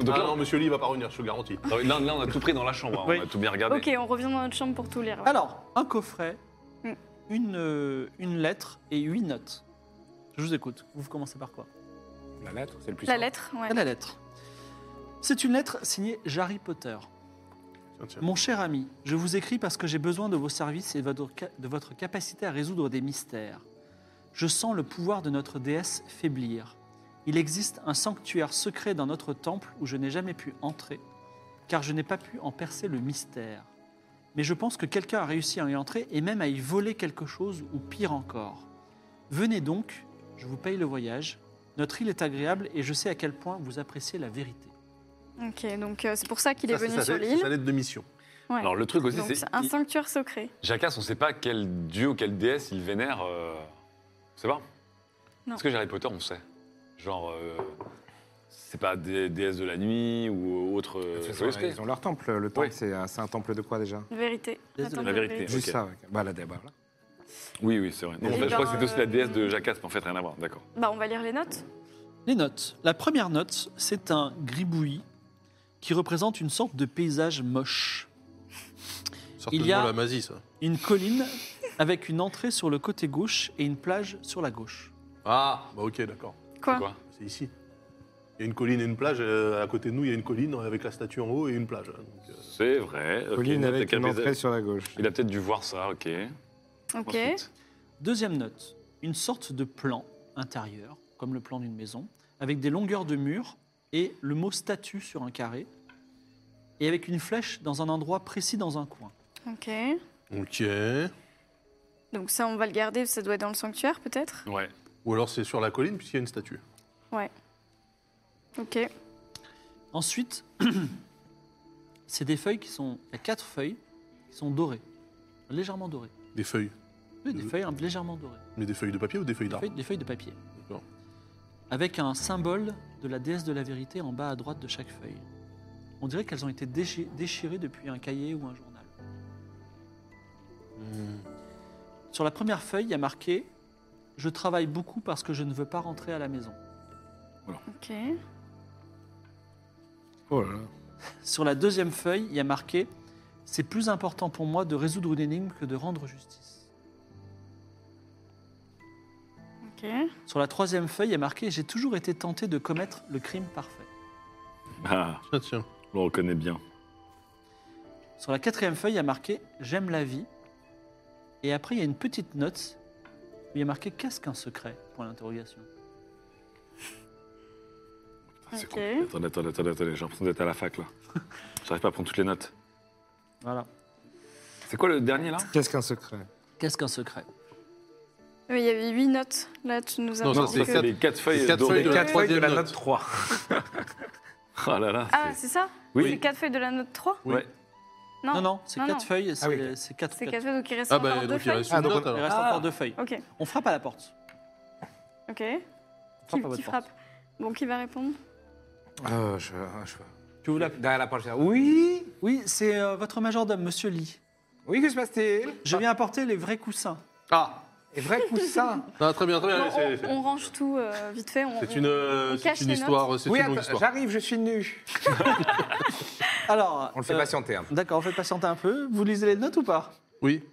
Speaker 6: Donc
Speaker 5: Ah
Speaker 6: là,
Speaker 5: non, monsieur Lee va pas revenir, je te le garantis.
Speaker 6: on- là, là, on a tout pris dans la chambre, hein,
Speaker 1: Oui.
Speaker 6: on a tout bien regardé.
Speaker 4: Ok, on revient dans notre chambre pour tout lire. ouais.
Speaker 1: Alors, un coffret,
Speaker 4: Mm.
Speaker 1: une, euh, une lettre et huit notes. Je vous écoute. Vous commencez par quoi
Speaker 3: La lettre, c'est le plus
Speaker 4: la
Speaker 3: simple.
Speaker 4: lettre, ouais.
Speaker 1: La lettre. C'est une lettre signée Harry Potter.
Speaker 5: Tiens, tiens.
Speaker 1: Mon cher ami, je vous écris parce que j'ai besoin de vos services et de votre ca- de votre capacité à résoudre des mystères. Je sens le pouvoir de notre déesse faiblir. Il existe un sanctuaire secret dans notre temple où je n'ai jamais pu entrer, car je n'ai pas pu en percer le mystère. Mais je pense que quelqu'un a réussi à y entrer et même à y voler quelque chose ou pire encore. Venez donc, je vous paye le voyage. Notre île est agréable et je sais à quel point vous appréciez la vérité.
Speaker 4: Ok, donc euh, c'est pour ça qu'il est
Speaker 5: Ça, c'est
Speaker 4: venu
Speaker 5: sa-
Speaker 4: sur
Speaker 5: c'est sa
Speaker 4: l'île.
Speaker 5: lettre de mission.
Speaker 4: Ouais.
Speaker 6: Alors le truc aussi,
Speaker 4: Donc,
Speaker 6: c'est
Speaker 4: c'est un sanctuaire secret.
Speaker 6: Jackass, on sait pas quel dieu ou quelle déesse il vénère. euh, On sait pas.
Speaker 4: Non.
Speaker 6: Est-ce que Harry Potter, on sait Genre, euh, c'est pas des déesses de la nuit ou autre.
Speaker 3: De toute
Speaker 6: euh,
Speaker 3: façon,
Speaker 6: obscur.
Speaker 3: Ils ont leur temple. Le temple,
Speaker 6: Oui.
Speaker 3: c'est un c'est un temple de quoi déjà
Speaker 4: Vérité.
Speaker 1: Désolé.
Speaker 4: Attends,
Speaker 6: La vérité.
Speaker 3: Juste
Speaker 6: Ok.
Speaker 3: ça. ouais. Bah, la débat, là.
Speaker 6: Oui, oui, c'est vrai. Non, en
Speaker 4: Eh
Speaker 6: fait, je crois que
Speaker 4: ben,
Speaker 6: c'était aussi la
Speaker 4: euh,
Speaker 6: déesse de Jackass, mais en fait, rien à voir. D'accord.
Speaker 4: Bah, on va lire les notes.
Speaker 1: Les notes. La première note, c'est un gribouillis qui représente une sorte de paysage moche.
Speaker 5: Certainement
Speaker 1: Il y a-
Speaker 5: la mazie, ça.
Speaker 1: Une colline avec une entrée sur le côté gauche et une plage sur la gauche.
Speaker 5: Ah, bah ok, d'accord.
Speaker 4: Quoi,
Speaker 6: Quoi
Speaker 5: C'est ici. Il y a une colline et une plage. euh, à côté de nous, il y a une colline avec la statue en haut et une plage. hein, donc, euh,
Speaker 6: C'est vrai. ok,
Speaker 3: Colline
Speaker 6: note
Speaker 3: avec
Speaker 6: de
Speaker 3: une
Speaker 6: KPZ.
Speaker 3: entrée sur la gauche.
Speaker 6: Il a peut-être dû voir ça, ok.
Speaker 4: Ok.
Speaker 6: Ensuite.
Speaker 1: Deuxième note, une sorte de plan intérieur, comme le plan d'une maison, avec des longueurs de murs et le mot statue sur un carré, et avec une flèche dans un endroit précis dans un coin.
Speaker 4: Ok.
Speaker 5: Ok.
Speaker 4: Donc ça, on va le garder. Ça doit être dans le sanctuaire, peut-être.
Speaker 6: Ouais.
Speaker 5: Ou alors c'est sur la colline puisqu'il y a une statue.
Speaker 4: Ok.
Speaker 1: Ensuite, c'est des feuilles qui sont... Il y a quatre feuilles qui sont dorées, légèrement dorées.
Speaker 5: Des feuilles.
Speaker 1: Oui, Des
Speaker 5: Mhm.
Speaker 1: feuilles hein, légèrement dorées.
Speaker 5: Mais des feuilles de papier ou des feuilles
Speaker 1: Des
Speaker 5: d'arbre
Speaker 1: feuilles, des feuilles de papier.
Speaker 5: D'accord.
Speaker 1: Avec un symbole de la déesse de la vérité en bas à droite de chaque feuille. On dirait qu'elles ont été déchi- déchirées depuis un cahier ou un journal. Sur la première feuille, il y a marqué Je travaille beaucoup parce que je ne veux pas rentrer à la maison.
Speaker 4: Ok.
Speaker 3: Oh là là.
Speaker 1: Sur la deuxième feuille, il y a marqué C'est plus important pour moi de résoudre une énigme que de rendre justice.
Speaker 4: Ok.
Speaker 1: Sur la troisième feuille, il y a marqué J'ai toujours été tenté de commettre le crime parfait.
Speaker 6: Ah,
Speaker 5: Tiens, tiens.
Speaker 6: on le reconnaît bien.
Speaker 1: Sur la quatrième feuille, il y a marqué J'aime la vie. Et après, il y a une petite note où il y a marqué Qu'est-ce qu'un secret Point d'interrogation.
Speaker 6: C'est
Speaker 4: Ok.
Speaker 6: compliqué. Attendez, attendez, attendez, attendez, j'ai l'impression d'être à la fac là. J'arrive pas à prendre toutes les notes.
Speaker 1: Voilà.
Speaker 6: C'est quoi le dernier là
Speaker 3: Qu'est-ce qu'un secret
Speaker 1: Qu'est-ce qu'un secret
Speaker 4: Mais il y avait huit notes. Là, tu nous as
Speaker 5: Non, ça,
Speaker 4: dit
Speaker 5: c'est
Speaker 4: que...
Speaker 5: quatre-
Speaker 6: les quatre feuilles
Speaker 5: les quatre
Speaker 6: dorées.
Speaker 5: feuilles de-
Speaker 3: Quatre feuilles de la
Speaker 5: troisième
Speaker 3: note
Speaker 5: note.
Speaker 3: 3.
Speaker 6: Oh là là.
Speaker 4: Ah, c'est ça
Speaker 6: Oui.
Speaker 4: C'est quatre feuilles de la note 3
Speaker 6: Ouais.
Speaker 4: Non,
Speaker 1: Non, non, c'est
Speaker 4: non,
Speaker 1: quatre
Speaker 4: Ah. non.
Speaker 1: feuilles. C'est
Speaker 3: Ah oui, ok.
Speaker 1: c'est quatre,
Speaker 4: C'est
Speaker 1: quatre-
Speaker 4: quatre feuilles, donc il reste
Speaker 5: Ah
Speaker 4: encore
Speaker 5: bah
Speaker 4: deux
Speaker 5: donc il
Speaker 4: feuilles.
Speaker 5: reste
Speaker 3: Ah,
Speaker 5: une
Speaker 3: donc
Speaker 5: note
Speaker 3: on-
Speaker 1: Il
Speaker 5: alors.
Speaker 1: reste
Speaker 3: Ah.
Speaker 1: encore deux feuilles.
Speaker 4: Ok,
Speaker 1: On frappe à la porte.
Speaker 4: ok.
Speaker 1: On
Speaker 4: Qui,
Speaker 1: frappe à votre
Speaker 4: qui
Speaker 1: porte.
Speaker 4: frappe Bon, qui va répondre
Speaker 3: Euh, je, je...
Speaker 1: Tu vous la-
Speaker 3: Derrière la porte, je dis, oui
Speaker 1: Oui, c'est euh, votre majordome, monsieur Lee.
Speaker 3: Oui, que se passe-t-il
Speaker 1: Je viens apporter les vrais coussins.
Speaker 5: Ah
Speaker 3: Et vrai coussin
Speaker 5: Non, Très bien, très bien.
Speaker 4: on,
Speaker 5: c'est-
Speaker 4: on- on range tout euh, vite fait. on-
Speaker 5: C'est
Speaker 4: on-
Speaker 5: une, euh,
Speaker 4: on
Speaker 5: c'est
Speaker 4: cache
Speaker 5: une
Speaker 4: les
Speaker 5: histoire, c'est
Speaker 3: Oui,
Speaker 5: une longue
Speaker 3: attends,
Speaker 5: histoire.
Speaker 3: j'arrive, je suis nu.
Speaker 1: Alors.
Speaker 3: On le fait
Speaker 1: euh,
Speaker 3: patienter un peu.
Speaker 1: D'accord, on fait patienter un peu. Vous lisez les notes ou pas
Speaker 5: Oui,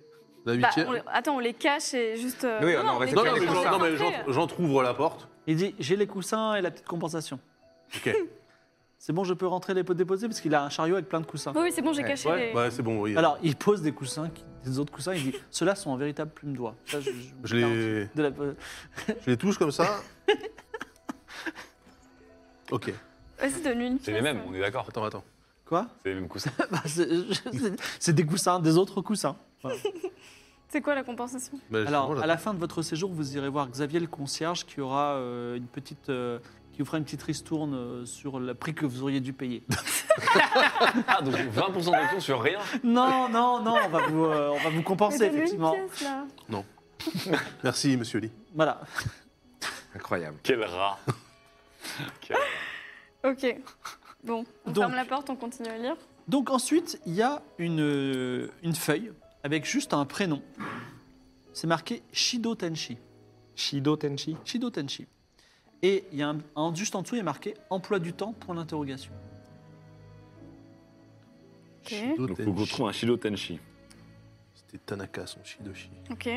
Speaker 5: la
Speaker 4: Bah,
Speaker 5: huitième.
Speaker 4: on les- attends, on les cache et juste. euh,
Speaker 3: Oui, on en
Speaker 4: on
Speaker 3: reste
Speaker 4: les
Speaker 5: Non,
Speaker 3: pas
Speaker 5: non,
Speaker 4: cache
Speaker 5: mais
Speaker 3: les
Speaker 4: pour
Speaker 3: gens-
Speaker 5: j'en-
Speaker 4: faire
Speaker 5: non, mais
Speaker 4: rentrer.
Speaker 5: j'en- j'entrouvre la porte.
Speaker 1: Il dit J'ai les coussins et la petite compensation.
Speaker 5: Ok.
Speaker 1: C'est bon, je peux rentrer les déposer parce qu'il a un chariot avec plein de coussins.
Speaker 4: Oui, oui, c'est bon, j'ai
Speaker 3: Ouais.
Speaker 4: caché les.
Speaker 5: Ouais, c'est bon, oui.
Speaker 1: Alors, il pose des coussins, qui- des autres coussins, il dit Ceux-là sont en véritable plume d'oie. Ça, je, je-
Speaker 5: Je les,
Speaker 1: de la-
Speaker 5: je les touche comme ça. ok.
Speaker 4: Ouais, c'est devenu une
Speaker 6: C'est les
Speaker 4: pièce,
Speaker 6: mêmes,
Speaker 4: ouais.
Speaker 6: on est d'accord.
Speaker 5: Attends, attends.
Speaker 1: Quoi
Speaker 6: C'est les mêmes coussins.
Speaker 1: Bah, c'est- je- c'est- C'est des coussins, des autres coussins. Voilà.
Speaker 4: C'est quoi la compensation
Speaker 5: Bah,
Speaker 1: Alors,
Speaker 5: justement,
Speaker 1: à la fin de votre séjour, vous irez voir Xavier le concierge qui aura euh, une petite. euh, qui qui vous fera une petite ristourne euh, sur le prix que vous auriez dû payer.
Speaker 6: Ah, donc 20% de retour sur rien
Speaker 1: non, non, non, on va vous, euh, on va vous compenser,
Speaker 4: Mais donne-lui
Speaker 1: effectivement.
Speaker 4: Une pièce, là.
Speaker 5: Merci, monsieur Lee.
Speaker 1: Voilà.
Speaker 3: Incroyable.
Speaker 6: Quel rat
Speaker 4: Ok. Bon, on
Speaker 1: Donc.
Speaker 4: ferme la porte, on continue à lire.
Speaker 1: Donc ensuite, il y a une, euh, une feuille avec juste un prénom. C'est marqué Shido Tenshi.
Speaker 3: Shido Tenchi.
Speaker 1: Shido Tenshi. Et il y a un, un- juste en dessous, il est marqué emploi du temps, point d'interrogation.
Speaker 4: Ok.
Speaker 5: Shido
Speaker 6: Donc, faut qu'on
Speaker 5: Tenchi.
Speaker 6: trouve un Shido Tenshi.
Speaker 5: C'était Tanaka, son Shidoshi.
Speaker 4: Ok.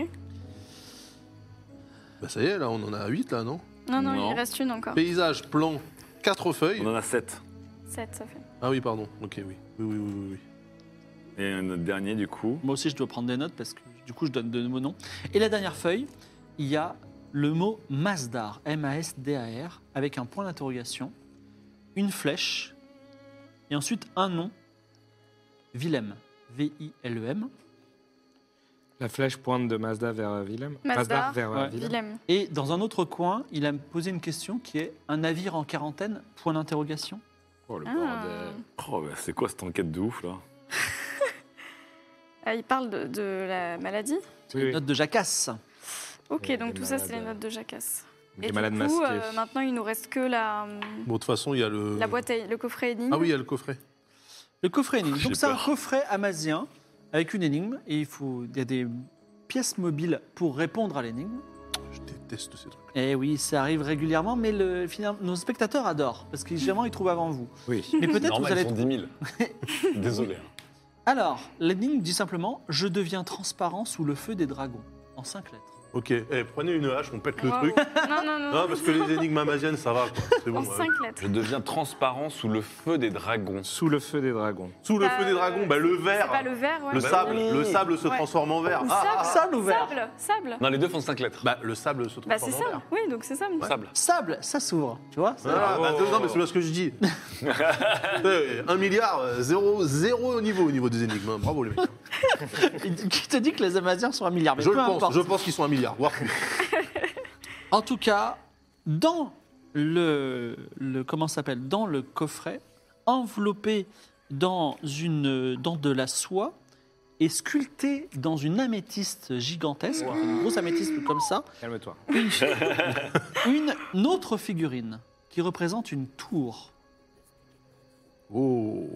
Speaker 5: Bah ça y est, là, on en a 8, là, non
Speaker 4: Non, non,
Speaker 6: Non.
Speaker 4: il reste une encore.
Speaker 5: Paysage, plan, 4 feuilles.
Speaker 6: On en a 7.
Speaker 4: 7, ça fait.
Speaker 5: Ah oui, pardon. Ok, oui. Oui, oui, oui, oui, oui.
Speaker 6: Et notre dernier, du coup.
Speaker 1: Moi aussi, je dois prendre des notes parce que du coup, je donne de nouveaux noms. Et la dernière feuille, il y a le mot Masdar, M-A-S-D-A-R, avec un point d'interrogation, une flèche, et ensuite un nom, Willem, V-I-L-E-M,
Speaker 3: La flèche pointe de Mazda vers euh, Willem.
Speaker 4: Mazda.
Speaker 3: Mazda vers euh,
Speaker 1: Ouais.
Speaker 3: Willem.
Speaker 4: Willem.
Speaker 1: Et dans un autre coin, il a posé une question qui est un navire en quarantaine Point d'interrogation.
Speaker 6: Oh le
Speaker 4: Ah.
Speaker 6: bordel. Oh, bah, c'est quoi cette enquête de ouf là
Speaker 4: Ah, il parle de, de la maladie.
Speaker 3: Oui, oui.
Speaker 1: Note de jacasse.
Speaker 4: Ok,
Speaker 3: Et
Speaker 4: donc
Speaker 3: des
Speaker 4: tout ça, c'est les
Speaker 3: malades,
Speaker 4: notes de jacasse.
Speaker 3: Des
Speaker 4: Et
Speaker 3: malades
Speaker 4: du coup,
Speaker 3: masqués.
Speaker 4: euh, maintenant, il nous reste que la,
Speaker 5: Bon, de toute façon, il y a le.
Speaker 4: la boîte, à, le coffret énigme.
Speaker 5: Ah oui, il y a le coffret.
Speaker 1: Le coffret énigme.
Speaker 6: J'ai
Speaker 1: Ah, Donc c'est un
Speaker 6: peur.
Speaker 1: coffret amazien avec une énigme et il faut il y a des pièces mobiles pour répondre à l'énigme.
Speaker 5: Je déteste ces trucs.
Speaker 1: Eh oui, ça arrive régulièrement, mais le, finalement, nos spectateurs adorent parce qu'ils généralement ils trouvent avant vous.
Speaker 3: Oui.
Speaker 1: Mais peut-être vous
Speaker 6: Normal,
Speaker 1: allez.
Speaker 6: ils sont 10 000. Désolé. hein.
Speaker 1: Alors l'énigme dit simplement je deviens transparent sous le feu des dragons en cinq lettres.
Speaker 5: Ok, eh, prenez une hache, on pète le
Speaker 4: Waouh.
Speaker 5: truc.
Speaker 4: Non, non, non.
Speaker 5: Non, parce que les énigmes amaziennes, ça va, quoi. C'est
Speaker 4: En
Speaker 5: bon. bah. ouais.
Speaker 4: 5 lettres.
Speaker 6: Je deviens transparent sous le feu des dragons.
Speaker 3: Sous le feu des dragons.
Speaker 5: Sous le
Speaker 4: Bah,
Speaker 5: feu des dragons, bah,
Speaker 4: C'est
Speaker 5: le
Speaker 4: pas
Speaker 5: verre,
Speaker 4: le verre, ouais.
Speaker 5: le
Speaker 4: Bah
Speaker 5: sable,
Speaker 4: oui.
Speaker 5: le sable se
Speaker 4: Ouais.
Speaker 5: transforme en verre.
Speaker 4: Ou
Speaker 5: Ah,
Speaker 4: sable.
Speaker 1: sable ou verre
Speaker 4: Sable, sable.
Speaker 6: Non, les deux font 5 lettres.
Speaker 5: bah, le sable se
Speaker 4: Bah, c'est
Speaker 5: transforme en
Speaker 4: ça.
Speaker 5: verre.
Speaker 4: Oui, donc c'est sable.
Speaker 6: Sable.
Speaker 1: Sable, ça s'ouvre, tu vois. ça-
Speaker 5: Ah, bah,
Speaker 6: Bravo.
Speaker 5: non, mais c'est pas ce que je dis. Eh, Un milliard, euh, zéro, zéro au niveau, au niveau des énigmes. hein. Bravo, les mecs.
Speaker 1: Qui te dit que les Amaziens sont un milliard mais
Speaker 5: Je
Speaker 1: peu
Speaker 5: le pense,
Speaker 1: importe.
Speaker 5: je pense qu'ils sont un milliard, voire plus.
Speaker 1: En tout cas, dans le, le comment ça s'appelle dans le coffret, enveloppé dans une dans de la soie et sculpté dans une améthyste gigantesque, une grosse améthyste comme ça,
Speaker 3: Calme-toi.
Speaker 1: une, une autre figurine qui représente une tour.
Speaker 5: Oh.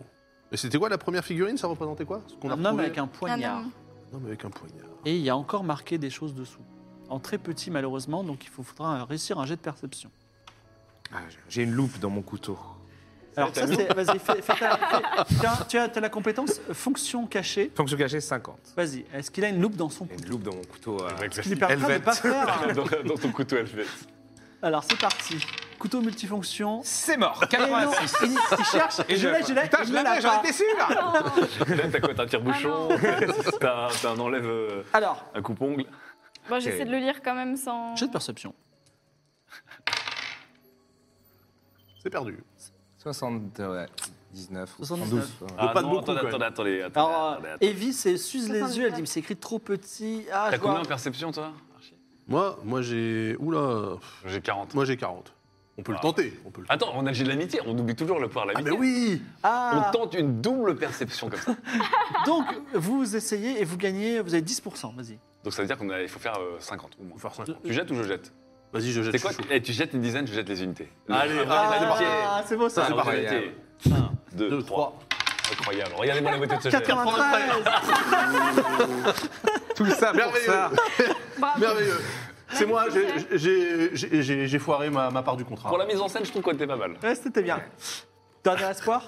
Speaker 5: Et c'était quoi la première figurine Ça représentait quoi Ce qu'on
Speaker 1: Un
Speaker 5: a
Speaker 1: homme
Speaker 5: retrouvé
Speaker 1: avec un
Speaker 4: Un
Speaker 1: poignard.
Speaker 4: homme.
Speaker 5: Un homme avec un poignard.
Speaker 1: Et il y a encore marqué des choses dessous. En très petit malheureusement, donc il faut- faudra réussir un jet de perception.
Speaker 3: Ah, J'ai une loupe dans mon couteau.
Speaker 1: Alors ça, c'est... Vas-y, fais, fais ta- fais- tu as- tu as- tu as la compétence fonction cachée.
Speaker 3: Fonction cachée, 50.
Speaker 1: Vas-y, est-ce qu'il a une loupe dans son
Speaker 3: J'ai
Speaker 1: couteau
Speaker 3: Une loupe dans mon couteau. euh,
Speaker 6: Avec
Speaker 1: qui lui permettra de
Speaker 3: Helvet.
Speaker 1: pas faire.
Speaker 6: dans, dans ton couteau, elle fait.
Speaker 1: Alors c'est parti. Couteau multifonction.
Speaker 3: C'est mort.
Speaker 1: Et non,
Speaker 3: 86.
Speaker 1: il, il cherche. Et je l'ai, je l'ai.
Speaker 3: Putain,
Speaker 1: il
Speaker 3: je
Speaker 1: ne l'a
Speaker 3: l'avais, j'en
Speaker 1: pas.
Speaker 3: étais sûr
Speaker 4: Ah
Speaker 6: Là, t'as quoi T'as un tire-bouchon T'as t'as un enlève. euh,
Speaker 1: Alors,
Speaker 6: Un coupongle
Speaker 4: Bon, j'essaie
Speaker 3: Ok.
Speaker 4: de le lire quand même sans.
Speaker 1: jet de perception.
Speaker 5: C'est perdu.
Speaker 3: 79 ou
Speaker 1: 79.
Speaker 3: 72. ouais.
Speaker 6: Ah
Speaker 5: pas de
Speaker 6: non,
Speaker 5: beaucoup,
Speaker 6: attendez,
Speaker 5: quand même.
Speaker 6: attendez, attendez, attendez,
Speaker 1: Alors, euh,
Speaker 6: attendez, attendez.
Speaker 1: Evie c'est s'use les yeux. Elle dit mais c'est écrit trop petit. Ah,
Speaker 6: T'as
Speaker 1: je vois.
Speaker 6: combien en perception, toi Archie
Speaker 5: Moi, moi j'ai. Oula. pff,
Speaker 6: J'ai 40.
Speaker 5: Moi j'ai 40. On peut le
Speaker 6: Ah.
Speaker 5: tenter. On peut le...
Speaker 6: Attends, on a j'ai de l'amitié, on oublie toujours le pouvoir de
Speaker 5: Ah, mais
Speaker 6: l'amitié.
Speaker 5: oui
Speaker 1: Ah.
Speaker 6: On tente une double perception comme ça.
Speaker 1: Donc vous essayez et vous gagnez. Vous avez 10%. Vas-y.
Speaker 6: Donc ça veut dire qu'il faut faire euh, 50 ou moins.
Speaker 5: On va faire 50.
Speaker 6: Tu jettes ou je jette
Speaker 5: Vas-y, je jette.
Speaker 6: C'est quoi
Speaker 5: je suis chaud.
Speaker 6: Eh, Tu jettes une dizaine, je jette les unités.
Speaker 5: Allez,
Speaker 6: Un
Speaker 5: ah,
Speaker 6: vrai
Speaker 5: c'est
Speaker 6: amitié.
Speaker 1: Ah, c'est beau ça.
Speaker 6: Un
Speaker 5: C'est hein.
Speaker 6: vrai
Speaker 5: parti.
Speaker 6: amitié. 1, 2, 3. Incroyable. Regardez-moi la beauté de ce geste.
Speaker 1: 93.
Speaker 3: Tout ça pour ça.
Speaker 5: Merveilleux
Speaker 4: Bravo.
Speaker 5: Merveilleux C'est moi, j'ai- j'ai- j'ai j'ai- j'ai foiré ma, ma part du contrat.
Speaker 6: Pour la mise en scène, je trouve qu'on était pas mal.
Speaker 1: Ouais, c'était bien. Dernier espoir.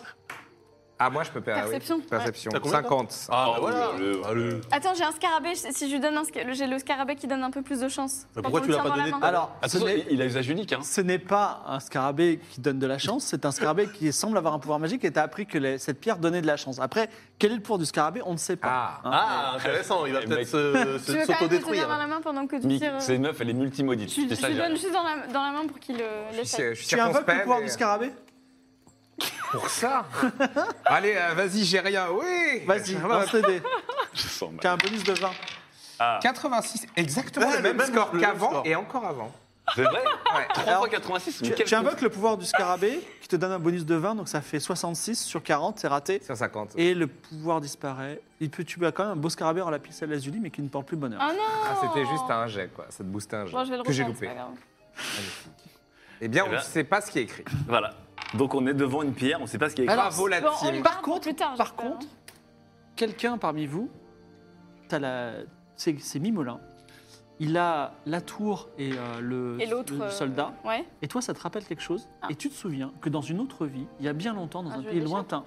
Speaker 3: Ah, moi, je peux perdre.
Speaker 4: Perception.
Speaker 3: Perception.
Speaker 5: T'as combien, toi
Speaker 3: 50.
Speaker 6: Ah,
Speaker 5: bah voilà.
Speaker 6: le-
Speaker 5: Ah, le-
Speaker 4: Attends, j'ai un scarabée. je- Si je lui donne un, sca- j'ai le scarabée qui donne un peu plus de chance.
Speaker 5: Mais
Speaker 4: Quand
Speaker 5: pourquoi
Speaker 4: on
Speaker 5: tu
Speaker 4: le
Speaker 5: l'as
Speaker 4: tient dans
Speaker 5: pas
Speaker 4: la
Speaker 5: donné
Speaker 4: main.
Speaker 5: tout à
Speaker 1: Alors, ce
Speaker 6: Attention,
Speaker 1: n'est-
Speaker 6: il a usage unique. Hein.
Speaker 1: ce n'est pas un scarabée qui donne de la chance, c'est un scarabée qui semble avoir un pouvoir magique et t'as appris que les- cette pierre donnait de la chance. Après, quel est le pouvoir du scarabée On ne sait pas.
Speaker 3: Ah.
Speaker 1: Hein.
Speaker 5: Ah, intéressant, il va
Speaker 6: Eh,
Speaker 5: peut-être
Speaker 6: mec.
Speaker 5: se-
Speaker 4: tu veux quand même le tenir
Speaker 5: se-
Speaker 4: dans
Speaker 5: s'autodétruire.
Speaker 4: la main pendant que tu
Speaker 6: Mick,
Speaker 4: tires. euh,
Speaker 6: c'est une meuf, elle est multimodite.
Speaker 4: Tu,
Speaker 6: Je dis
Speaker 4: je
Speaker 6: ça,
Speaker 4: lui
Speaker 6: j'ai
Speaker 4: donne
Speaker 6: rien.
Speaker 4: juste dans la, dans la main pour qu'il euh,
Speaker 3: Je suis,
Speaker 4: l'échappe.
Speaker 3: je suis
Speaker 1: Tu invoques le
Speaker 3: circonspect,
Speaker 1: pouvoir
Speaker 3: mais
Speaker 1: du scarabée
Speaker 3: Pour ça Allez, euh, vas-y, j'ai rien. Oui
Speaker 1: Vas-y,
Speaker 3: Ça va.
Speaker 1: lance les dés.
Speaker 6: Je sens mal.
Speaker 1: Tu as un bonus de 20.
Speaker 3: Ah. 86, exactement
Speaker 5: Ouais,
Speaker 3: le même,
Speaker 5: le même-
Speaker 3: score
Speaker 5: le même
Speaker 3: qu'avant
Speaker 5: score.
Speaker 3: et encore avant.
Speaker 6: C'est vrai
Speaker 3: Ouais.
Speaker 6: 3
Speaker 1: Alors,
Speaker 6: fois 86, mais
Speaker 1: Tu,
Speaker 6: quel
Speaker 1: tu invoques le pouvoir du scarabée qui te donne un bonus de 20, donc ça fait 66 sur 40, c'est raté.
Speaker 3: 150.
Speaker 1: Et le pouvoir disparaît. Il peut, tu as quand même un beau scarabée en la pixel lazuli, mais qui ne porte plus bonheur.
Speaker 4: Ah non
Speaker 3: Ah, c'était juste un jet, quoi. Ça te boostait un jet.
Speaker 4: Bon, je vais le
Speaker 3: que j'ai
Speaker 4: refaire, c'est
Speaker 3: loupé.
Speaker 4: pas grave.
Speaker 3: Eh bien,
Speaker 6: Eh
Speaker 3: on ne
Speaker 6: ben-
Speaker 3: sait pas ce qui est écrit.
Speaker 6: Voilà. Donc on est devant une pierre, on ne sait pas ce qui est écrit.
Speaker 3: Bravo la
Speaker 4: Bon, on
Speaker 3: team.
Speaker 4: y
Speaker 1: Par
Speaker 4: parle
Speaker 1: contre,
Speaker 4: plus tard, hein.
Speaker 1: par
Speaker 4: j'espère,
Speaker 1: contre, quelqu'un parmi vous, t'as la, c'est, c'est Mimolin. Il a la tour et euh, le,
Speaker 4: Et l'autre,
Speaker 1: le
Speaker 4: euh,
Speaker 1: soldat.
Speaker 4: hein. Ouais.
Speaker 1: Et toi, ça te rappelle quelque chose.
Speaker 4: Ah.
Speaker 1: Et tu te souviens que dans une autre vie, il y a bien longtemps, dans
Speaker 4: Ah,
Speaker 1: un
Speaker 4: je l'ai
Speaker 1: pays
Speaker 4: déjà.
Speaker 1: lointain,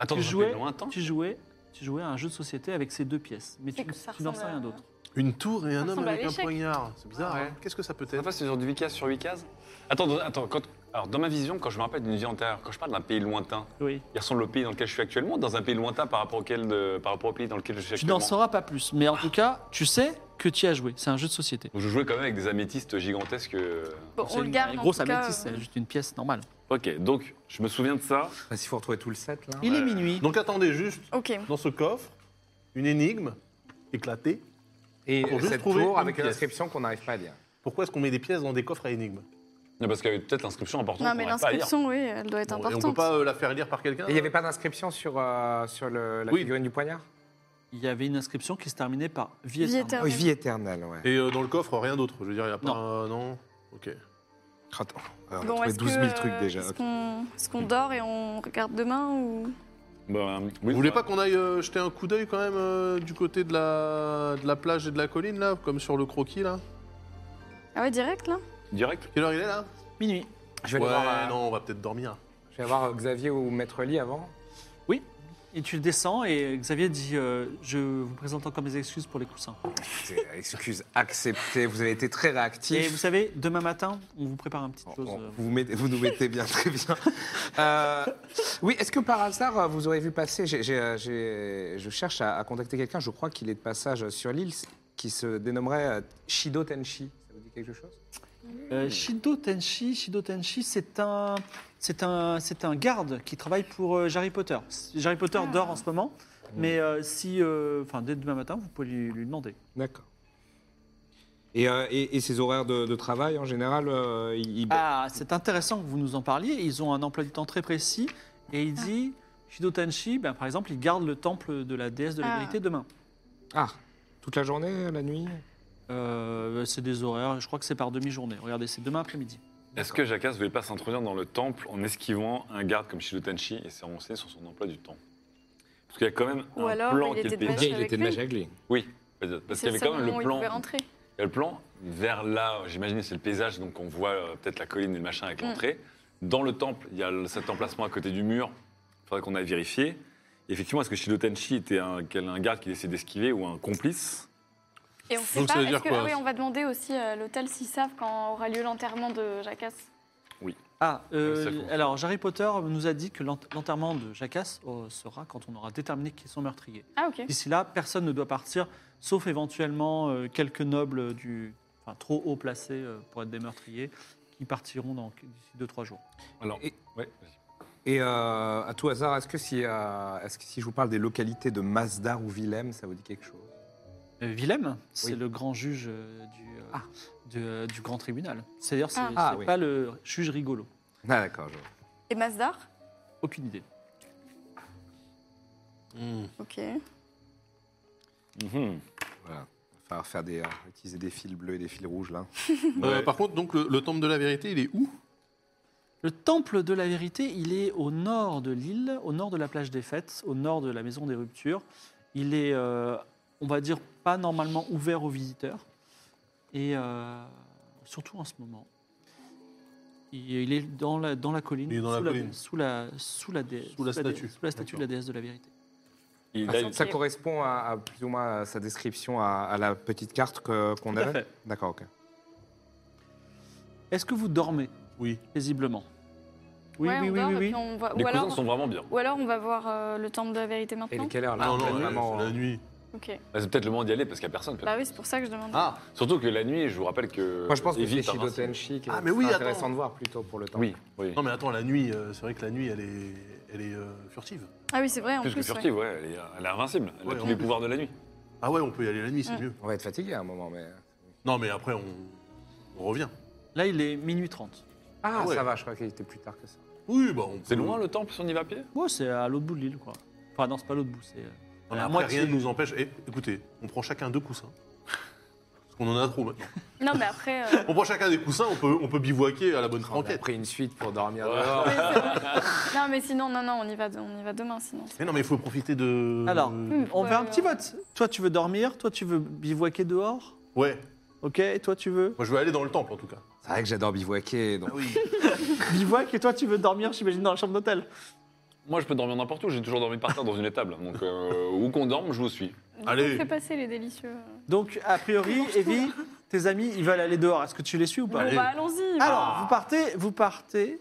Speaker 6: Attends,
Speaker 1: tu
Speaker 6: je
Speaker 1: jouais-
Speaker 6: jouais longtemps.
Speaker 1: tu jouais, tu jouais à un jeu de société avec ces deux pièces. Mais
Speaker 4: C'est
Speaker 1: tu,
Speaker 4: que ça
Speaker 1: tu n'en sais
Speaker 4: ressemble
Speaker 1: rien
Speaker 4: à-
Speaker 1: d'autre.
Speaker 5: Une tour et un
Speaker 4: Ça
Speaker 5: homme
Speaker 4: ressemble à
Speaker 5: avec un
Speaker 4: l'échec.
Speaker 5: poignard. C'est bizarre,
Speaker 6: Ah ouais.
Speaker 5: hein. Qu'est-ce que ça peut
Speaker 6: Ça
Speaker 5: être
Speaker 6: passe sur du 8 cases sur 8 cases Attends, dans- attends quand, alors dans ma vision, quand je me rappelle d'une vie antérieure, quand je parle d'un pays lointain,
Speaker 1: Oui.
Speaker 6: il ressemble au pays dans lequel je suis actuellement ou dans un pays lointain par rapport, auquel de- par rapport au pays dans lequel je suis
Speaker 1: Tu n'en
Speaker 6: actuellement
Speaker 1: sauras pas plus. Mais en tout cas, tu sais que tu y as joué. C'est un jeu de société.
Speaker 6: Je jouais quand même avec des améthystes gigantesques. euh.
Speaker 4: Bon,
Speaker 1: C'est
Speaker 4: on le
Speaker 1: une-
Speaker 4: garde.
Speaker 1: une
Speaker 4: en
Speaker 1: grosse
Speaker 4: tout cas,
Speaker 1: améthyste,
Speaker 4: euh,
Speaker 1: c'est juste une pièce normale.
Speaker 6: Ok, donc je me souviens de ça.
Speaker 3: Parce qu'il Bah, faut retrouver tout le set, là.
Speaker 1: Il est minuit.
Speaker 5: Donc attendez juste,
Speaker 4: Ok.
Speaker 5: dans ce coffre, une énigme éclatée.
Speaker 3: Et
Speaker 5: Faut juste
Speaker 3: cette
Speaker 5: trouver
Speaker 3: tour
Speaker 5: une
Speaker 3: avec une
Speaker 5: pièce.
Speaker 3: inscription qu'on n'arrive pas à lire.
Speaker 5: Pourquoi est-ce qu'on met des pièces dans des coffres à énigmes
Speaker 6: Non, parce qu'il y avait peut-être l'inscription importante.
Speaker 4: Non, mais
Speaker 6: qu'on n'arrive pas à lire.
Speaker 4: l'inscription, oui, elle doit être
Speaker 5: Bon, et On
Speaker 4: importante.
Speaker 5: peut pas euh, la faire lire par quelqu'un
Speaker 3: Et il n'y avait pas d'inscription sur, euh, sur le, la
Speaker 5: Oui.
Speaker 3: figurine du poignard
Speaker 1: Il y avait une inscription qui se terminait par vie
Speaker 4: Vie
Speaker 1: éternelle.
Speaker 3: Ah
Speaker 4: Oui,
Speaker 3: Oui,
Speaker 4: vie
Speaker 3: vie éternelle, ouais.
Speaker 5: Et euh, dans le coffre, rien d'autre. Je veux dire, il n'y a pas.
Speaker 1: Non.
Speaker 5: un- non Ok.
Speaker 3: Oh, Attends, Euh, on a
Speaker 4: Bon,
Speaker 3: trouvé
Speaker 4: est-ce
Speaker 3: 12
Speaker 4: que,
Speaker 3: 000
Speaker 4: euh,
Speaker 3: trucs déjà.
Speaker 4: Est-ce qu'on est-ce qu'on dort et on regarde demain ou
Speaker 6: Bah, euh, oui,
Speaker 5: Vous voulez
Speaker 6: bah,
Speaker 5: pas qu'on aille euh, jeter un coup d'œil quand même euh, du côté de la, de la plage et de la colline, là Comme sur le croquis, là
Speaker 4: Ah ouais, direct là
Speaker 6: Direct
Speaker 5: Quelle heure il est, là
Speaker 1: Minuit.
Speaker 3: Je vais,
Speaker 5: Ouais,
Speaker 3: aller voir, euh,
Speaker 5: non, on va peut-être dormir.
Speaker 3: je vais voir euh, Xavier ou Maître Lee avant.
Speaker 1: Et tu descends et Xavier dit euh, Je vous présente encore mes excuses pour les coussins.
Speaker 3: C'est- Excuse, acceptez, vous avez été très
Speaker 1: Et
Speaker 3: réactif.
Speaker 1: vous savez, demain matin, on vous prépare un petite chose. euh,
Speaker 3: Oh, vous, mettez- vous nous mettez bien, très bien. Euh, oui, est-ce que par hasard, euh, vous aurez vu passer j'ai- j'ai, euh, j'ai- Je cherche à, à contacter quelqu'un, je crois qu'il est de passage sur l'île, qui se dénommerait euh, Shido Tenshi. Ça vous dit quelque chose
Speaker 1: euh, Shido Tenshi, Shido Tenshi, c'est un, c'est un, c'est un garde qui travaille pour euh, Harry Potter. Harry Potter dort en ce moment, mais euh, si, euh, enfin, dès demain matin, vous pouvez lui, lui demander.
Speaker 3: D'accord. Et, euh, et- et ses horaires de, de travail, en général, euh, il, il-
Speaker 1: Ah, c'est intéressant que vous nous en parliez. Ils ont un emploi du temps très précis et il dit Shido Tenshi, ben, par exemple, il garde le temple de la déesse de la
Speaker 4: Ah.
Speaker 1: vérité demain.
Speaker 3: Ah, toute la journée, la nuit
Speaker 1: Euh, c'est des horaires, je crois que c'est par demi-journée. Regardez, c'est demain après-midi.
Speaker 6: Est-ce que Jacques voulait pas s'introduire dans le temple en esquivant un garde comme Shido Tenshi et s'est renseigné sur son emploi du temps Parce qu'il y a quand même
Speaker 4: Ou
Speaker 6: un
Speaker 4: alors,
Speaker 6: plan qui
Speaker 4: il était
Speaker 6: est
Speaker 4: de
Speaker 6: pété.
Speaker 4: Déjà, il était de mèche
Speaker 3: avec lui.
Speaker 6: Oui, peut-être. parce
Speaker 4: C'est
Speaker 6: qu'il y avait
Speaker 4: le seul
Speaker 6: quand même
Speaker 4: moment
Speaker 6: le
Speaker 4: où il pouvait
Speaker 6: plan.
Speaker 4: rentrer.
Speaker 6: Il y a le plan vers là, j'imagine c'est le paysage, donc on voit euh, peut-être la colline et le machin avec
Speaker 4: Mm.
Speaker 6: l'entrée. Dans le temple, il y a le- cet emplacement à côté du mur, il faudrait qu'on aille vérifier. Et effectivement, est-ce que Shido Tenshi était un, quel- un garde qui essaie d'esquiver ou un complice
Speaker 4: Et on sait
Speaker 5: Donc, ça
Speaker 4: pas.
Speaker 5: veut
Speaker 4: Est-ce
Speaker 5: dire
Speaker 4: que
Speaker 5: quoi
Speaker 4: ah oui, on va demander aussi à l'hôtel s'ils savent quand aura lieu l'enterrement de Jacasse.
Speaker 1: Ah, euh,
Speaker 6: Oui, ça compte.
Speaker 1: alors Harry Potter nous a dit que l'ent- l'enterrement de Jacasse euh, sera quand on aura déterminé qui est son meurtrier.
Speaker 4: Ah ok.
Speaker 1: D'ici là, personne ne doit partir, sauf éventuellement euh, quelques nobles du, enfin, trop haut placés euh, pour être des meurtriers, qui partiront dans d'ici deux trois jours.
Speaker 6: Alors,
Speaker 3: Et-
Speaker 6: ouais.
Speaker 3: Et euh, à tout hasard, est-ce que, si, euh, est-ce que si je vous parle des localités de Masdar ou Willem, ça vous dit quelque chose
Speaker 1: Euh, Willem, c'est
Speaker 3: Oui.
Speaker 1: le grand juge euh, du, euh, de, euh, du grand tribunal. C'est-à-dire, c'est
Speaker 4: Ah.
Speaker 1: c'est
Speaker 3: Ah, oui.
Speaker 1: pas le juge rigolo.
Speaker 3: Ah d'accord, je vois.
Speaker 4: Et Masdar
Speaker 1: Aucune idée.
Speaker 3: hmm.
Speaker 4: Ok.
Speaker 6: Mhm.
Speaker 3: Voilà. Il va falloir faire des, euh, utiliser des fils bleus et des fils rouges là.
Speaker 5: Euh,
Speaker 6: Ouais.
Speaker 5: par contre, donc, le, le temple de la vérité, il est où
Speaker 1: Le temple de la vérité, il est au nord de l'île, au nord de la plage des fêtes, au nord de la maison des ruptures. Il est, euh, on va dire, pas normalement ouvert aux visiteurs. Et euh, surtout en ce moment. Il, il est dans la, dans la colline,
Speaker 5: Il est dans la
Speaker 1: sous,
Speaker 5: colline.
Speaker 1: sous la, sous la dé-
Speaker 5: Sous la
Speaker 1: dé-
Speaker 5: statue.
Speaker 1: sous la statue de la déesse de la vérité.
Speaker 6: Il
Speaker 3: Ah,
Speaker 6: a-
Speaker 3: ça, ça correspond à, à plus ou moins à sa description à, à la petite carte que- qu'on
Speaker 1: Tout à
Speaker 3: avait.
Speaker 1: fait.
Speaker 3: D'accord, ok.
Speaker 1: Est-ce que vous dormez
Speaker 5: Oui.
Speaker 1: paisiblement Oui,
Speaker 4: Ouais,
Speaker 1: oui,
Speaker 4: on
Speaker 1: oui,
Speaker 4: dort,
Speaker 1: oui,
Speaker 4: et
Speaker 1: oui.
Speaker 4: puis on voit-
Speaker 6: les
Speaker 4: Ou
Speaker 6: cousins
Speaker 4: alors,
Speaker 6: sont vraiment bien.
Speaker 4: ou alors on va voir euh, le temple de la vérité
Speaker 3: Et il est
Speaker 4: maintenant.
Speaker 3: quelle heure là
Speaker 5: Non, non,
Speaker 3: Vous êtes
Speaker 5: ouais,
Speaker 3: vraiment,
Speaker 5: c'est
Speaker 3: euh,
Speaker 5: la nuit.
Speaker 4: Ok.
Speaker 6: Bah, c'est peut-être le moment d'y aller parce qu'il n'y a personne. peut-être.
Speaker 4: Bah oui, c'est pour ça que je demande.
Speaker 5: Ah,
Speaker 6: Surtout que la nuit, je vous rappelle que.
Speaker 5: euh,
Speaker 3: Moi je pense que c'est
Speaker 6: Evie est
Speaker 3: Shido
Speaker 6: invincible.
Speaker 3: Tenshi qui
Speaker 5: Ah,
Speaker 3: est
Speaker 5: mais oui,
Speaker 3: intéressant
Speaker 5: attends.
Speaker 3: de voir plutôt pour le temps.
Speaker 6: Oui, oui.
Speaker 5: Non, mais attends, la nuit, euh, c'est vrai que la nuit, elle est, elle est euh, furtive.
Speaker 4: Ah oui, c'est vrai en
Speaker 6: Plus
Speaker 4: plus.
Speaker 6: que
Speaker 4: ouais.
Speaker 6: furtive, ouais, elle est, elle est invincible. Elle
Speaker 5: Ouais,
Speaker 6: a
Speaker 5: en
Speaker 6: tous les
Speaker 5: plus.
Speaker 6: pouvoirs de la nuit.
Speaker 5: Ah ouais, on peut y aller la nuit, c'est
Speaker 4: Mm.
Speaker 5: mieux.
Speaker 3: On va être fatigué à un moment, mais.
Speaker 5: Non, mais après, on, on revient.
Speaker 1: Là, il est minuit 30.
Speaker 3: Ah,
Speaker 5: ouais.
Speaker 3: ça va, je crois qu'il était plus tard que ça.
Speaker 5: Oui, bah on
Speaker 6: C'est loin le temple si on y va à pied
Speaker 1: Ouais, c'est à l'autre bout de l'île, quoi. Enfin, non, c'est pas l'autre bout, c'est. euh,
Speaker 5: Non, mais
Speaker 1: à
Speaker 5: après,
Speaker 1: moitié.
Speaker 5: rien ne nous empêche. Eh, écoutez, on prend chacun deux coussins. Parce qu'on en a trop maintenant.
Speaker 4: Non, mais après. euh,
Speaker 5: On prend chacun des coussins, on peut, on peut bivouaquer à la bonne
Speaker 3: On a
Speaker 5: franquette.
Speaker 3: pris une suite pour dormir dehors.
Speaker 4: oui, c'est vrai. non, mais sinon, non, non, on y va, de- on y va demain, sinon.
Speaker 5: Mais non, mais il faut profiter de. Mm.
Speaker 1: Alors.
Speaker 4: Hmm,
Speaker 1: On
Speaker 4: ouais,
Speaker 1: fait un
Speaker 4: ouais,
Speaker 1: petit
Speaker 4: ouais.
Speaker 1: vote. Toi, tu veux dormir, toi, tu veux bivouaquer dehors,
Speaker 5: Ouais,
Speaker 1: ok Et toi, tu veux
Speaker 5: moi je vais aller dans le temple en tout cas.
Speaker 3: C'est vrai que j'adore bivouaquer, donc
Speaker 5: oui.
Speaker 1: bivouac et toi, tu veux dormir, j'imagine, dans la chambre d'hôtel.
Speaker 6: Moi, je peux dormir n'importe où. J'ai toujours dormi par terre dans une étable. Donc, euh, où qu'on dorme, je vous suis.
Speaker 4: Du coup,
Speaker 5: Allez.
Speaker 4: Fais passer les délicieux.
Speaker 1: Donc, a priori, Evie, tes amis, ils veulent aller dehors. Est-ce que tu les suis ou
Speaker 4: Bon,
Speaker 1: pas
Speaker 4: bah, allons-y.
Speaker 1: Alors, vous partez, vous partez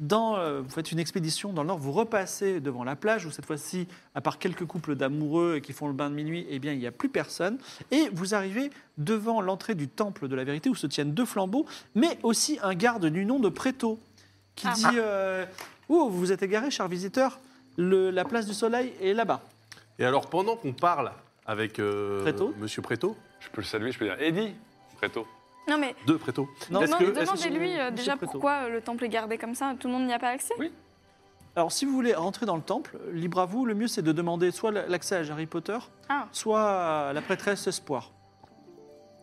Speaker 1: dans, euh, vous faites une expédition dans le nord, vous repassez devant la plage où cette fois-ci, à part quelques couples d'amoureux qui font le bain de minuit, eh bien, il n'y a plus personne. Et vous arrivez devant l'entrée du temple de la vérité où se tiennent deux flambeaux, mais aussi un garde du nom de Préto qui
Speaker 4: Ah.
Speaker 1: dit euh, Oh, vous vous êtes égaré, cher visiteur, le- la place du soleil est là-bas.
Speaker 5: Et alors, pendant qu'on parle avec euh,
Speaker 1: Préto
Speaker 5: Monsieur Préto,
Speaker 6: Je peux le saluer, je peux dire Eddie, préto.
Speaker 4: Non, mais,
Speaker 5: de Préto,
Speaker 1: Non,
Speaker 5: Est-ce
Speaker 4: non,
Speaker 5: que-
Speaker 4: mais
Speaker 5: est-ce que-
Speaker 4: demandez-lui euh,
Speaker 1: Monsieur
Speaker 4: déjà
Speaker 1: Préto.
Speaker 4: pourquoi euh, le temple est gardé comme ça. Tout le monde n'y a pas accès.
Speaker 6: Oui.
Speaker 1: Alors, si vous voulez rentrer dans le temple, libre à vous, le mieux c'est de demander soit l'accès à Harry Potter,
Speaker 4: Ah.
Speaker 1: soit à la prêtresse Espoir.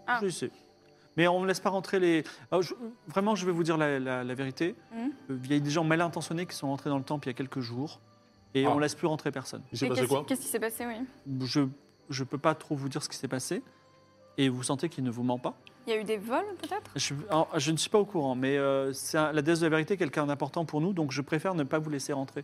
Speaker 4: Ah.
Speaker 1: Je sais. Mais on ne laisse pas rentrer les. Alors, je- Vraiment, je vais vous dire la, la- la vérité.
Speaker 4: Mhm.
Speaker 1: Euh, Il y a des gens mal intentionnés qui sont rentrés dans le temple il y a quelques jours et
Speaker 5: Ah.
Speaker 1: on ne laisse plus rentrer personne.
Speaker 5: il s'est
Speaker 4: Mais
Speaker 5: passé
Speaker 4: qu'est-ce-
Speaker 5: quoi
Speaker 4: Qu'est-ce qui s'est passé, oui
Speaker 1: Je ne peux pas trop vous dire ce qui s'est passé et vous sentez qu'il ne vous ment pas.
Speaker 4: Il y a eu des vols, peut-être
Speaker 1: Je, alors, je ne suis pas au courant, mais euh, c'est un- la déesse de la vérité, quelqu'un d'important pour nous, donc je préfère ne pas vous laisser rentrer.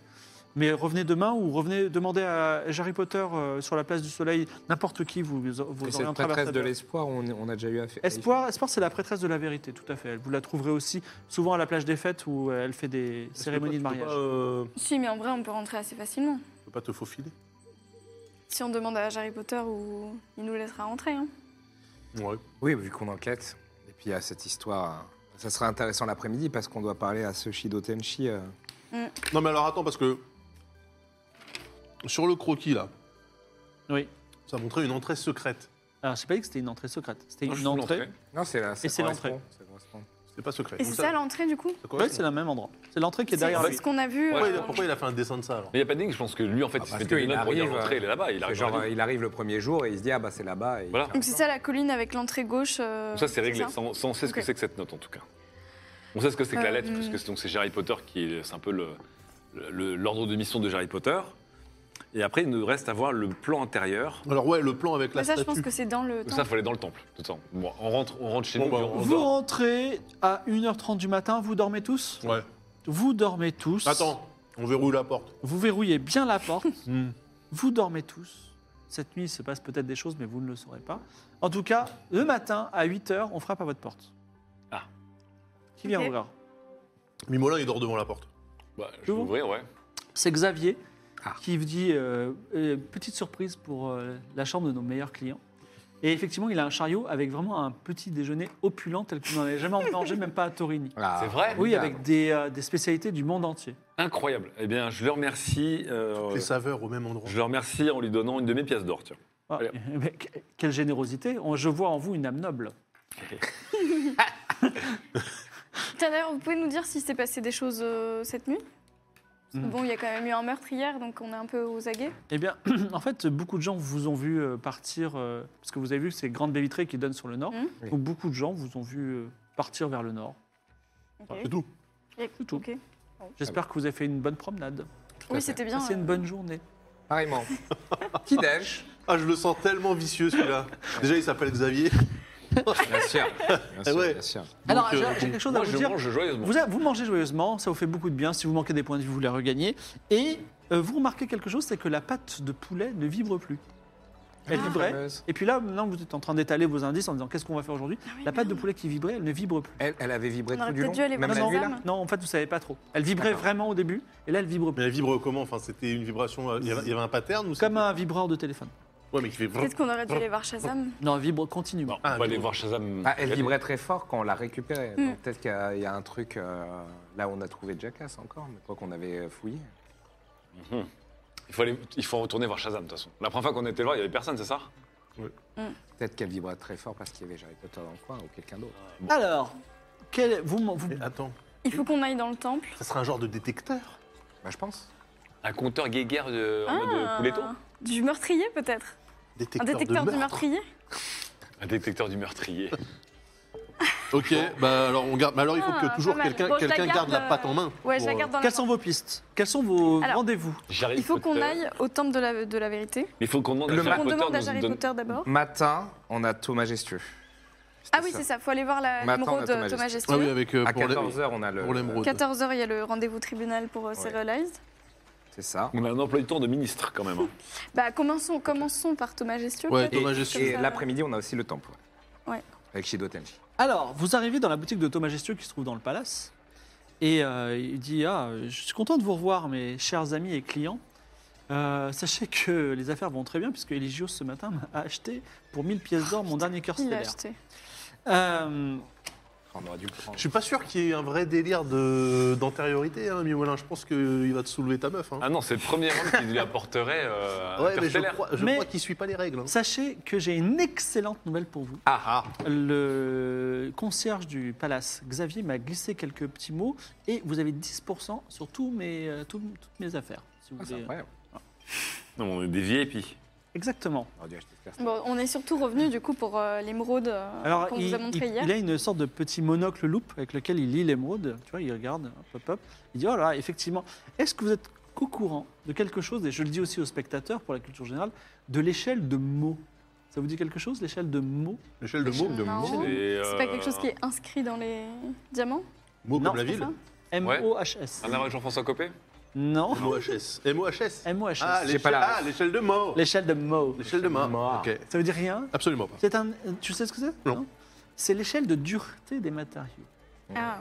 Speaker 1: Mais revenez demain ou revenez demander à Harry Potter euh, sur la place du soleil, n'importe qui, vous, vous
Speaker 3: Et
Speaker 1: aurez
Speaker 3: cette
Speaker 1: un
Speaker 3: prêtresse de
Speaker 1: traversable.
Speaker 3: l'espoir, on, on a déjà eu affaire.
Speaker 1: Espoir, Espoir c'est la prêtresse de la vérité, tout à fait. Elle- Vous la trouverez aussi souvent à la plage des fêtes où euh, elle fait des
Speaker 5: Est-ce que
Speaker 1: cérémonies de
Speaker 5: toi, tu peux
Speaker 1: mariage.
Speaker 5: Pas, euh,
Speaker 4: Si, mais en vrai, on peut rentrer assez facilement.
Speaker 5: tu peux pas te faufiler
Speaker 4: Si on demande à Harry Potter, ou il nous laissera rentrer. hein.
Speaker 5: Ouais.
Speaker 3: Oui, vu qu'on enquête. Et puis il y a cette histoire. euh, Ça serait intéressant l'après-midi parce qu'on doit parler à ce Shido Tenshi. euh.
Speaker 5: Non, mais alors attends, parce que. Sur le croquis là, euh,
Speaker 1: Oui.
Speaker 5: ça montrait une entrée secrète.
Speaker 1: Alors, je pas dit que c'était une entrée secrète. C'était
Speaker 6: Moi, je
Speaker 1: une
Speaker 6: suis
Speaker 1: entrée.
Speaker 6: l'entrée.
Speaker 3: Non, c'est là.
Speaker 1: Et c'est l'entrée.
Speaker 5: C'était pas secret.
Speaker 4: Et c'est ça l'entrée, du coup
Speaker 1: Ouais, c'est le même endroit. C'est l'entrée qui est
Speaker 4: C'est
Speaker 1: derrière
Speaker 4: c'est
Speaker 1: lui.
Speaker 4: ce qu'on a vu.
Speaker 5: pourquoi,
Speaker 4: euh,
Speaker 5: il a, pourquoi il a fait un dessin de ça alors
Speaker 6: Mais il n'y a pas de dingue, je pense que lui, en fait,
Speaker 3: Ah,
Speaker 6: il se
Speaker 3: parce
Speaker 6: fait des
Speaker 3: qu'il
Speaker 6: notes pour dire
Speaker 3: arrive,
Speaker 6: l'entrée,
Speaker 3: euh,
Speaker 6: il est là-bas. Il
Speaker 3: C'est
Speaker 6: arrive
Speaker 3: genre,
Speaker 6: dans la
Speaker 3: euh,
Speaker 6: ville.
Speaker 3: il arrive le premier jour et il se dit ah bah c'est là-bas. et il
Speaker 6: Voilà.
Speaker 3: fait
Speaker 4: Donc c'est
Speaker 3: un
Speaker 4: ça la colline avec l'entrée gauche. euh,
Speaker 6: Donc ça, c'est réglé.
Speaker 4: ça
Speaker 6: Ça, on- ça, on sait ce que
Speaker 4: Ok.
Speaker 6: c'est que cette note, en tout cas. On sait ce que c'est que la
Speaker 4: Euh,
Speaker 6: lettre,
Speaker 4: hmm.
Speaker 6: parce que c'est- donc c'est Harry Potter qui est, c'est un peu le- le- l'ordre de mission de Harry Potter. Et après, il nous reste à voir le plan intérieur.
Speaker 5: Alors, ouais, le plan avec la
Speaker 4: Mais ça, je
Speaker 5: statue.
Speaker 4: pense que c'est dans le
Speaker 6: Ça,
Speaker 4: temple.
Speaker 6: il faut aller dans le temple, tout le temps. Bon, on rentre, on rentre chez
Speaker 5: Bon,
Speaker 6: nous.
Speaker 5: bah,
Speaker 6: puis on-
Speaker 5: on
Speaker 6: on
Speaker 1: Vous
Speaker 6: dort.
Speaker 1: rentrez à 1h30 du matin, vous dormez tous
Speaker 5: Ouais.
Speaker 1: Vous dormez tous.
Speaker 5: Attends, on verrouille la porte.
Speaker 1: Vous verrouillez bien la porte,
Speaker 5: Hmm.
Speaker 1: vous dormez tous. Cette nuit, il se passe peut-être des choses, mais vous ne le saurez pas. En tout cas, le matin, à 8h, on frappe à votre porte.
Speaker 6: Ah.
Speaker 1: Qui vient
Speaker 4: Ok.
Speaker 1: ouvrir
Speaker 5: Mimolin, il dort devant la porte.
Speaker 6: Bah, je
Speaker 1: Je
Speaker 6: vais
Speaker 1: vous-
Speaker 6: ouvrir, ouais.
Speaker 1: C'est Xavier
Speaker 3: Ah.
Speaker 1: qui vous dit euh, euh, petite surprise pour euh, la chambre de nos meilleurs clients. Et effectivement, il a un chariot avec vraiment un petit déjeuner opulent tel que vous n'en avez jamais mangé, même pas à Torini.
Speaker 3: Ah,
Speaker 6: C'est vrai
Speaker 1: Oui,
Speaker 3: formidable.
Speaker 1: avec des, euh, des spécialités du monde entier.
Speaker 6: Incroyable. Eh bien, je le remercie. euh,
Speaker 5: Les saveurs au même endroit.
Speaker 6: je le remercie en lui donnant une de mes pièces d'or, tiens.
Speaker 1: Ah,
Speaker 6: Allez.
Speaker 1: mais que- quelle générosité On- Je vois en vous une âme noble.
Speaker 4: Tiens, d'ailleurs, vous pouvez nous dire s'il s'est passé des choses euh, cette nuit Parce que
Speaker 1: Mm.
Speaker 4: Bon, il y a quand même eu un meurtre hier, donc on est un peu aux aguets.
Speaker 1: Eh bien, en fait, beaucoup de gens vous ont vu euh, partir, euh, parce que vous avez vu que c'est grande baie vitrée qui donne sur le nord.
Speaker 4: Mhm.
Speaker 3: Oui.
Speaker 1: Donc beaucoup de gens vous ont vu euh, partir vers le nord.
Speaker 4: Ok.
Speaker 5: C'est tout.
Speaker 4: Et-
Speaker 1: C'est tout.
Speaker 4: ok.
Speaker 1: J'espère que vous avez fait une bonne promenade.
Speaker 3: à
Speaker 4: Oui,
Speaker 3: fait.
Speaker 4: c'était bien.
Speaker 1: Passez
Speaker 4: euh,
Speaker 1: une bonne journée.
Speaker 3: Pareillement. Qui déj
Speaker 5: Ah, je le sens tellement vicieux celui-là. Déjà, il s'appelle Xavier.
Speaker 3: Bien sûr. Bien sûr,
Speaker 5: ouais.
Speaker 3: bien sûr.
Speaker 1: Alors,
Speaker 5: euh,
Speaker 1: j'ai j'ai quelque chose
Speaker 6: Moi,
Speaker 1: à vous
Speaker 6: je
Speaker 1: dire.
Speaker 6: mange joyeusement.
Speaker 1: Vous, a- vous mangez joyeusement, ça vous fait beaucoup de bien. Si vous manquez des points de vie, vous les regagnez. Et euh, vous remarquez quelque chose, c'est que la pâte de poulet ne vibre plus. Elle
Speaker 3: Ah,
Speaker 1: vibrait.
Speaker 3: fameuse.
Speaker 1: Et puis là, maintenant, vous êtes en train d'étaler vos indices en disant qu'est-ce qu'on va faire aujourd'hui. la pâte de poulet qui vibrait, elle ne vibre plus.
Speaker 3: Elle, elle avait vibré
Speaker 4: On aurait
Speaker 3: tout du
Speaker 4: peut-être
Speaker 3: long.
Speaker 4: dû aller
Speaker 3: Même
Speaker 4: voir
Speaker 3: la
Speaker 4: les
Speaker 3: nuit
Speaker 4: âmes.
Speaker 3: là.
Speaker 1: Non, en fait, vous savez pas trop. Elle vibrait vraiment au début, et là, elle vibre plus.
Speaker 5: Mais elle vibre comment Enfin, c'était une vibration. euh, Il y avait, il y avait un pattern
Speaker 1: Comme
Speaker 5: ou c'était-
Speaker 1: un vibreur de téléphone.
Speaker 5: Ouais, mais qui fait.
Speaker 4: Peut-être qu'on aurait dû aller voir Shazam.
Speaker 1: Non, elle vibre continuellement.
Speaker 6: On
Speaker 5: Ah,
Speaker 6: va
Speaker 5: mais
Speaker 6: aller
Speaker 5: bon.
Speaker 6: voir Shazam.
Speaker 3: Ah, elle
Speaker 6: Regardez.
Speaker 3: vibrait très fort quand on l'a récupérée. Donc
Speaker 4: Mm.
Speaker 3: peut-être qu'il y, a- il y a un truc. euh, là, on a trouvé Jackass encore, mais quoi qu'on avait euh, fouillé.
Speaker 6: Il faut, aller- il faut retourner voir Shazam, de toute façon. La première fois qu'on était là, il n'y avait personne, c'est ça
Speaker 3: Peut-être qu'elle vibrait très fort parce qu'il y avait Harry Potter dans le coin ou quelqu'un d'autre.
Speaker 1: Alors, quel- vous, m'en- vous-
Speaker 5: Mais attends,
Speaker 4: Il faut qu'on aille dans le temple.
Speaker 5: ça serait un genre de détecteur
Speaker 3: Bah, je pense.
Speaker 6: Un compteur guéguerre de, en mode euh,
Speaker 4: Ah,
Speaker 6: pouletto
Speaker 4: Du meurtrier peut-être Un
Speaker 5: Détecteur,
Speaker 4: détecteur
Speaker 5: de
Speaker 4: du
Speaker 5: meurtre.
Speaker 4: meurtrier
Speaker 6: Un détecteur du meurtrier.
Speaker 5: Ok, bah alors on garde. Mais alors il faut
Speaker 4: Ah,
Speaker 5: que toujours
Speaker 4: pas mal.
Speaker 5: quelqu'un
Speaker 4: Bon, je la
Speaker 5: quelqu'un garde
Speaker 4: garde,
Speaker 5: la
Speaker 4: euh,
Speaker 5: patte en main.
Speaker 4: Ouais, je
Speaker 5: pour,
Speaker 4: la
Speaker 5: euh,
Speaker 4: garde dans la
Speaker 1: quelles sont vos pistes Quels sont vos
Speaker 4: Alors,
Speaker 1: rendez-vous
Speaker 6: J'arrive. euh,
Speaker 4: Il faut qu'on aille au temple de la, de la vérité.
Speaker 6: Il faut qu'on demande
Speaker 3: Le
Speaker 6: à
Speaker 3: ma-
Speaker 6: Harry
Speaker 4: On
Speaker 6: Potter
Speaker 4: demande
Speaker 6: de
Speaker 4: à
Speaker 6: nous
Speaker 4: Harry
Speaker 6: donne-
Speaker 4: Potter
Speaker 3: Mm,
Speaker 4: d'abord.
Speaker 3: Matin, on a Taux Majestueux.
Speaker 4: Ah oui, c'est ça, faut aller voir la-
Speaker 3: Maintenant, on
Speaker 4: l'émeraude
Speaker 3: a Thomas
Speaker 4: Thomas
Speaker 3: Majestueux.
Speaker 5: Ah oui,
Speaker 4: Gestueux.
Speaker 5: avec euh,
Speaker 3: À
Speaker 5: pour les-
Speaker 3: 14h, on a le.
Speaker 5: pour l'émeraude.
Speaker 4: 14h, il y a le rendez-vous tribunal pour euh, Serialized.
Speaker 3: C'est ça.
Speaker 6: On a un emploi du temps de ministre quand même. hein.
Speaker 4: Bah, commençons, commençons par Thomas Gestueux.
Speaker 5: Ouais,
Speaker 4: peut-être.
Speaker 3: Et,
Speaker 5: Thomas Gestueux.
Speaker 3: et
Speaker 4: Comme ça,
Speaker 3: l'après-midi, on a aussi le temple.
Speaker 4: Ouais.
Speaker 3: Avec Shido Tenji.
Speaker 1: Alors, vous arrivez dans la boutique de Thomas Gestueux qui se trouve dans le palace. Et euh, il dit Ah, je suis content de vous revoir, mes chers amis et clients. Euh, sachez que les affaires vont très bien, puisque Eligio ce matin m'a acheté pour 1000 pièces d'or mon dernier cœur
Speaker 4: Oh, Il l'a
Speaker 1: stellaire.
Speaker 4: acheté.
Speaker 1: Euh,
Speaker 3: On aurait dû le prendre.
Speaker 5: Je suis pas sûr qu'il y ait un vrai délire de- d'antériorité, hein, Mimolin. Je pense qu'il va te soulever ta meuf. hein.
Speaker 6: Ah non, c'est le premier homme qui lui apporterait euh,
Speaker 5: ouais, mais je
Speaker 6: Interstellar.
Speaker 5: crois, je
Speaker 1: Mais-
Speaker 5: crois qu'il suit pas les règles. hein.
Speaker 1: sachez que j'ai une excellente nouvelle pour vous.
Speaker 3: Ah ah
Speaker 1: Le concierge du palace, Xavier, m'a glissé quelques petits mots et vous avez 10% sur tous mes, euh, tout- toutes mes affaires. si vous
Speaker 3: Ah, C'est
Speaker 1: voulez.
Speaker 3: incroyable.
Speaker 6: Non, on est des VIP.
Speaker 1: Exactement.
Speaker 3: On aurait dû acheter ce casque.
Speaker 4: Bon, on est surtout revenu du coup pour euh, l'émeraude euh,
Speaker 1: Alors,
Speaker 4: qu'on
Speaker 1: il,
Speaker 4: vous a montré
Speaker 1: il-
Speaker 4: hier.
Speaker 1: il a une sorte de petit monocle loupe avec lequel il lit l'émeraude. Tu vois, il regarde, hop, hop, hop. Il dit, oh là, là, effectivement, est-ce que vous êtes au courant de quelque chose, et je le dis aussi aux spectateurs pour la culture générale, de l'échelle de mots Ça vous dit quelque chose, l'échelle de mots
Speaker 5: L'échelle de mots, de
Speaker 4: Non.
Speaker 5: mots,
Speaker 4: Oh. C'est
Speaker 6: euh,
Speaker 4: pas quelque chose qui est inscrit dans les diamants
Speaker 5: mots
Speaker 1: Non,
Speaker 5: comme la
Speaker 1: c'est
Speaker 5: ville.
Speaker 4: ça.
Speaker 1: M-O-H-S.
Speaker 3: Ah,
Speaker 6: Un arbre avec Jean-François Copé
Speaker 1: Non,
Speaker 5: MOHS. MOHS.
Speaker 1: M-O-H-S.
Speaker 5: Ah,
Speaker 3: J'ai pas
Speaker 5: l'échelle
Speaker 3: la ref.
Speaker 5: ah, l'échelle de mort.
Speaker 1: L'échelle de mots.
Speaker 5: L'échelle de mort. Ok.
Speaker 1: Ça veut dire rien
Speaker 5: Absolument pas.
Speaker 1: C'est un. Tu sais ce que c'est
Speaker 5: Non.
Speaker 1: C'est l'échelle de dureté des matériaux.
Speaker 4: Ah,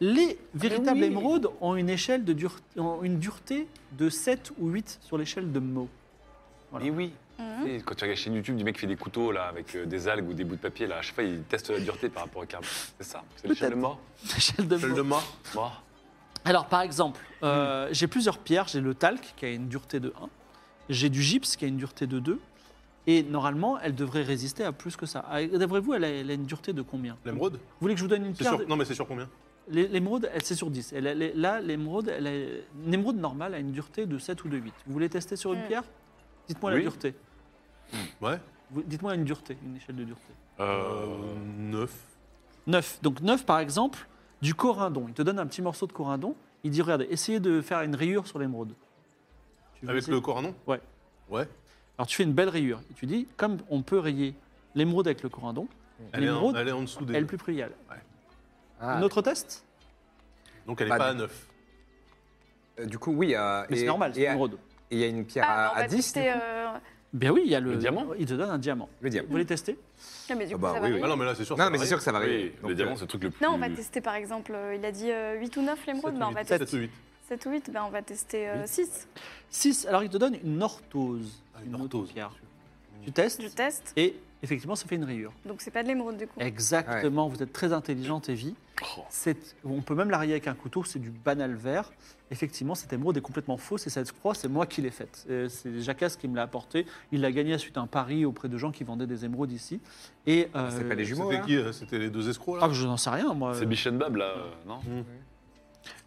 Speaker 1: Les véritables
Speaker 4: oui.
Speaker 1: émeraudes ont une échelle de dure- ont une dureté de 7 ou 8 sur l'échelle de Mo. Voilà.
Speaker 6: Mais Eh oui.
Speaker 4: Mhm.
Speaker 6: Et Quand tu regardes chez YouTube, du mec qui fait des couteaux là, avec euh, des algues ou des bouts de papier, là, à chaque fois, il teste la dureté par rapport au câble. C'est ça C'est le chien de mort
Speaker 1: L'échelle de
Speaker 5: L'échelle
Speaker 1: Mo.
Speaker 5: de mort.
Speaker 6: Mort.
Speaker 1: Alors par exemple, euh, j'ai plusieurs pierres, j'ai le talc qui a une dureté de 1, j'ai du gypse qui a une dureté de 2 et normalement, elle devrait résister à plus que ça. Ah, D'après vous, elle a, elle a une dureté de combien Vous
Speaker 5: L'émeraude
Speaker 1: voulez que je vous donne une
Speaker 5: C'est
Speaker 1: pierre
Speaker 5: sur-
Speaker 1: de-
Speaker 5: Non, mais c'est sur combien
Speaker 1: L'é- L'émeraude, elle c'est sur 10. Elle, elle est- là, l'émeraude, elle est- une émeraude normale a une dureté de 7 ou de 8. Vous voulez tester sur une
Speaker 4: Mm.
Speaker 1: pierre Dites-moi la
Speaker 6: Oui.
Speaker 1: dureté.
Speaker 5: Ouais.
Speaker 1: Vous- Dites-moi une dureté, une échelle de dureté.
Speaker 6: Euh,
Speaker 5: 9.
Speaker 1: 9. Donc 9, par exemple, du corindon. Il te donne un petit morceau de corindon. Il dit, regarde, essayez de faire une rayure sur l'émeraude. Tu veux
Speaker 5: Avec
Speaker 1: essayer
Speaker 5: le corindon
Speaker 1: Ouais.
Speaker 5: Ouais.
Speaker 1: Alors tu fais une belle rayure. Et tu dis, comme on peut rayer l'émeraude avec le corindon,
Speaker 5: Elle est, en,
Speaker 1: L'émeraude,
Speaker 5: elle est en dessous des.
Speaker 1: elle est plus priale.
Speaker 3: Ah,
Speaker 1: Un autre test
Speaker 5: Donc elle est
Speaker 3: Pas
Speaker 5: pas à
Speaker 3: de-
Speaker 5: 9.
Speaker 3: euh, Du coup, oui. euh,
Speaker 1: Mais
Speaker 3: et-
Speaker 1: c'est normal, c'est
Speaker 3: Et à-
Speaker 1: l'émeraude.
Speaker 3: et il y a une pierre
Speaker 4: Ah,
Speaker 3: à,
Speaker 4: on
Speaker 3: à
Speaker 4: va
Speaker 3: 10.
Speaker 4: tester, euh,
Speaker 1: Ben oui, il y a le,
Speaker 6: Le diamant
Speaker 1: Il te donne un diamant.
Speaker 4: hein.
Speaker 3: Je veux dire.
Speaker 1: Vous voulez tester
Speaker 4: ah, mais du
Speaker 3: Ah
Speaker 4: coup,
Speaker 3: bah
Speaker 4: ça
Speaker 3: oui,
Speaker 4: varie.
Speaker 3: oui.
Speaker 5: Ah non, mais là, c'est sûr.
Speaker 3: Non,
Speaker 5: ça
Speaker 3: mais c'est
Speaker 5: varie.
Speaker 3: sûr que ça va
Speaker 6: oui,
Speaker 3: arriver.
Speaker 6: le
Speaker 5: euh,
Speaker 6: diamant, c'est le truc le plus.
Speaker 4: Non, on va tester par exemple, euh, il a dit euh, 8 ou 9 l'émeraude, bah, on va
Speaker 5: 7
Speaker 4: tester
Speaker 5: ou 8.
Speaker 4: 7 ou 8, bah, on va tester euh, 6.
Speaker 1: 6. Alors il te donne une orthose.
Speaker 5: Ah, une
Speaker 1: autre hein.
Speaker 5: orthose.
Speaker 1: pierre. Tu testes
Speaker 4: Je teste,
Speaker 1: et effectivement ça fait une rayure.
Speaker 4: donc c'est pas de l'émeraude du coup.
Speaker 1: Exactement, vous êtes très intelligente, Evie.
Speaker 6: Oh.
Speaker 1: C'est- On peut même la rayer avec un couteau, c'est du banal vert. Effectivement, cette émeraude est complètement fausse et cette croix, c'est moi qui l'ai faite. Euh, C'est Jacasse qui me l'a apportée. Il l'a gagnée suite à un pari auprès de gens qui vendaient des émeraudes ici. Et, euh,
Speaker 3: C'est pas les jumeaux.
Speaker 5: C'était
Speaker 3: là
Speaker 5: qui euh, C'était les deux escrocs
Speaker 1: Ah,
Speaker 5: là
Speaker 1: je n'en sais rien, moi. Mmh.
Speaker 6: C'est Bichen Bab là, euh, non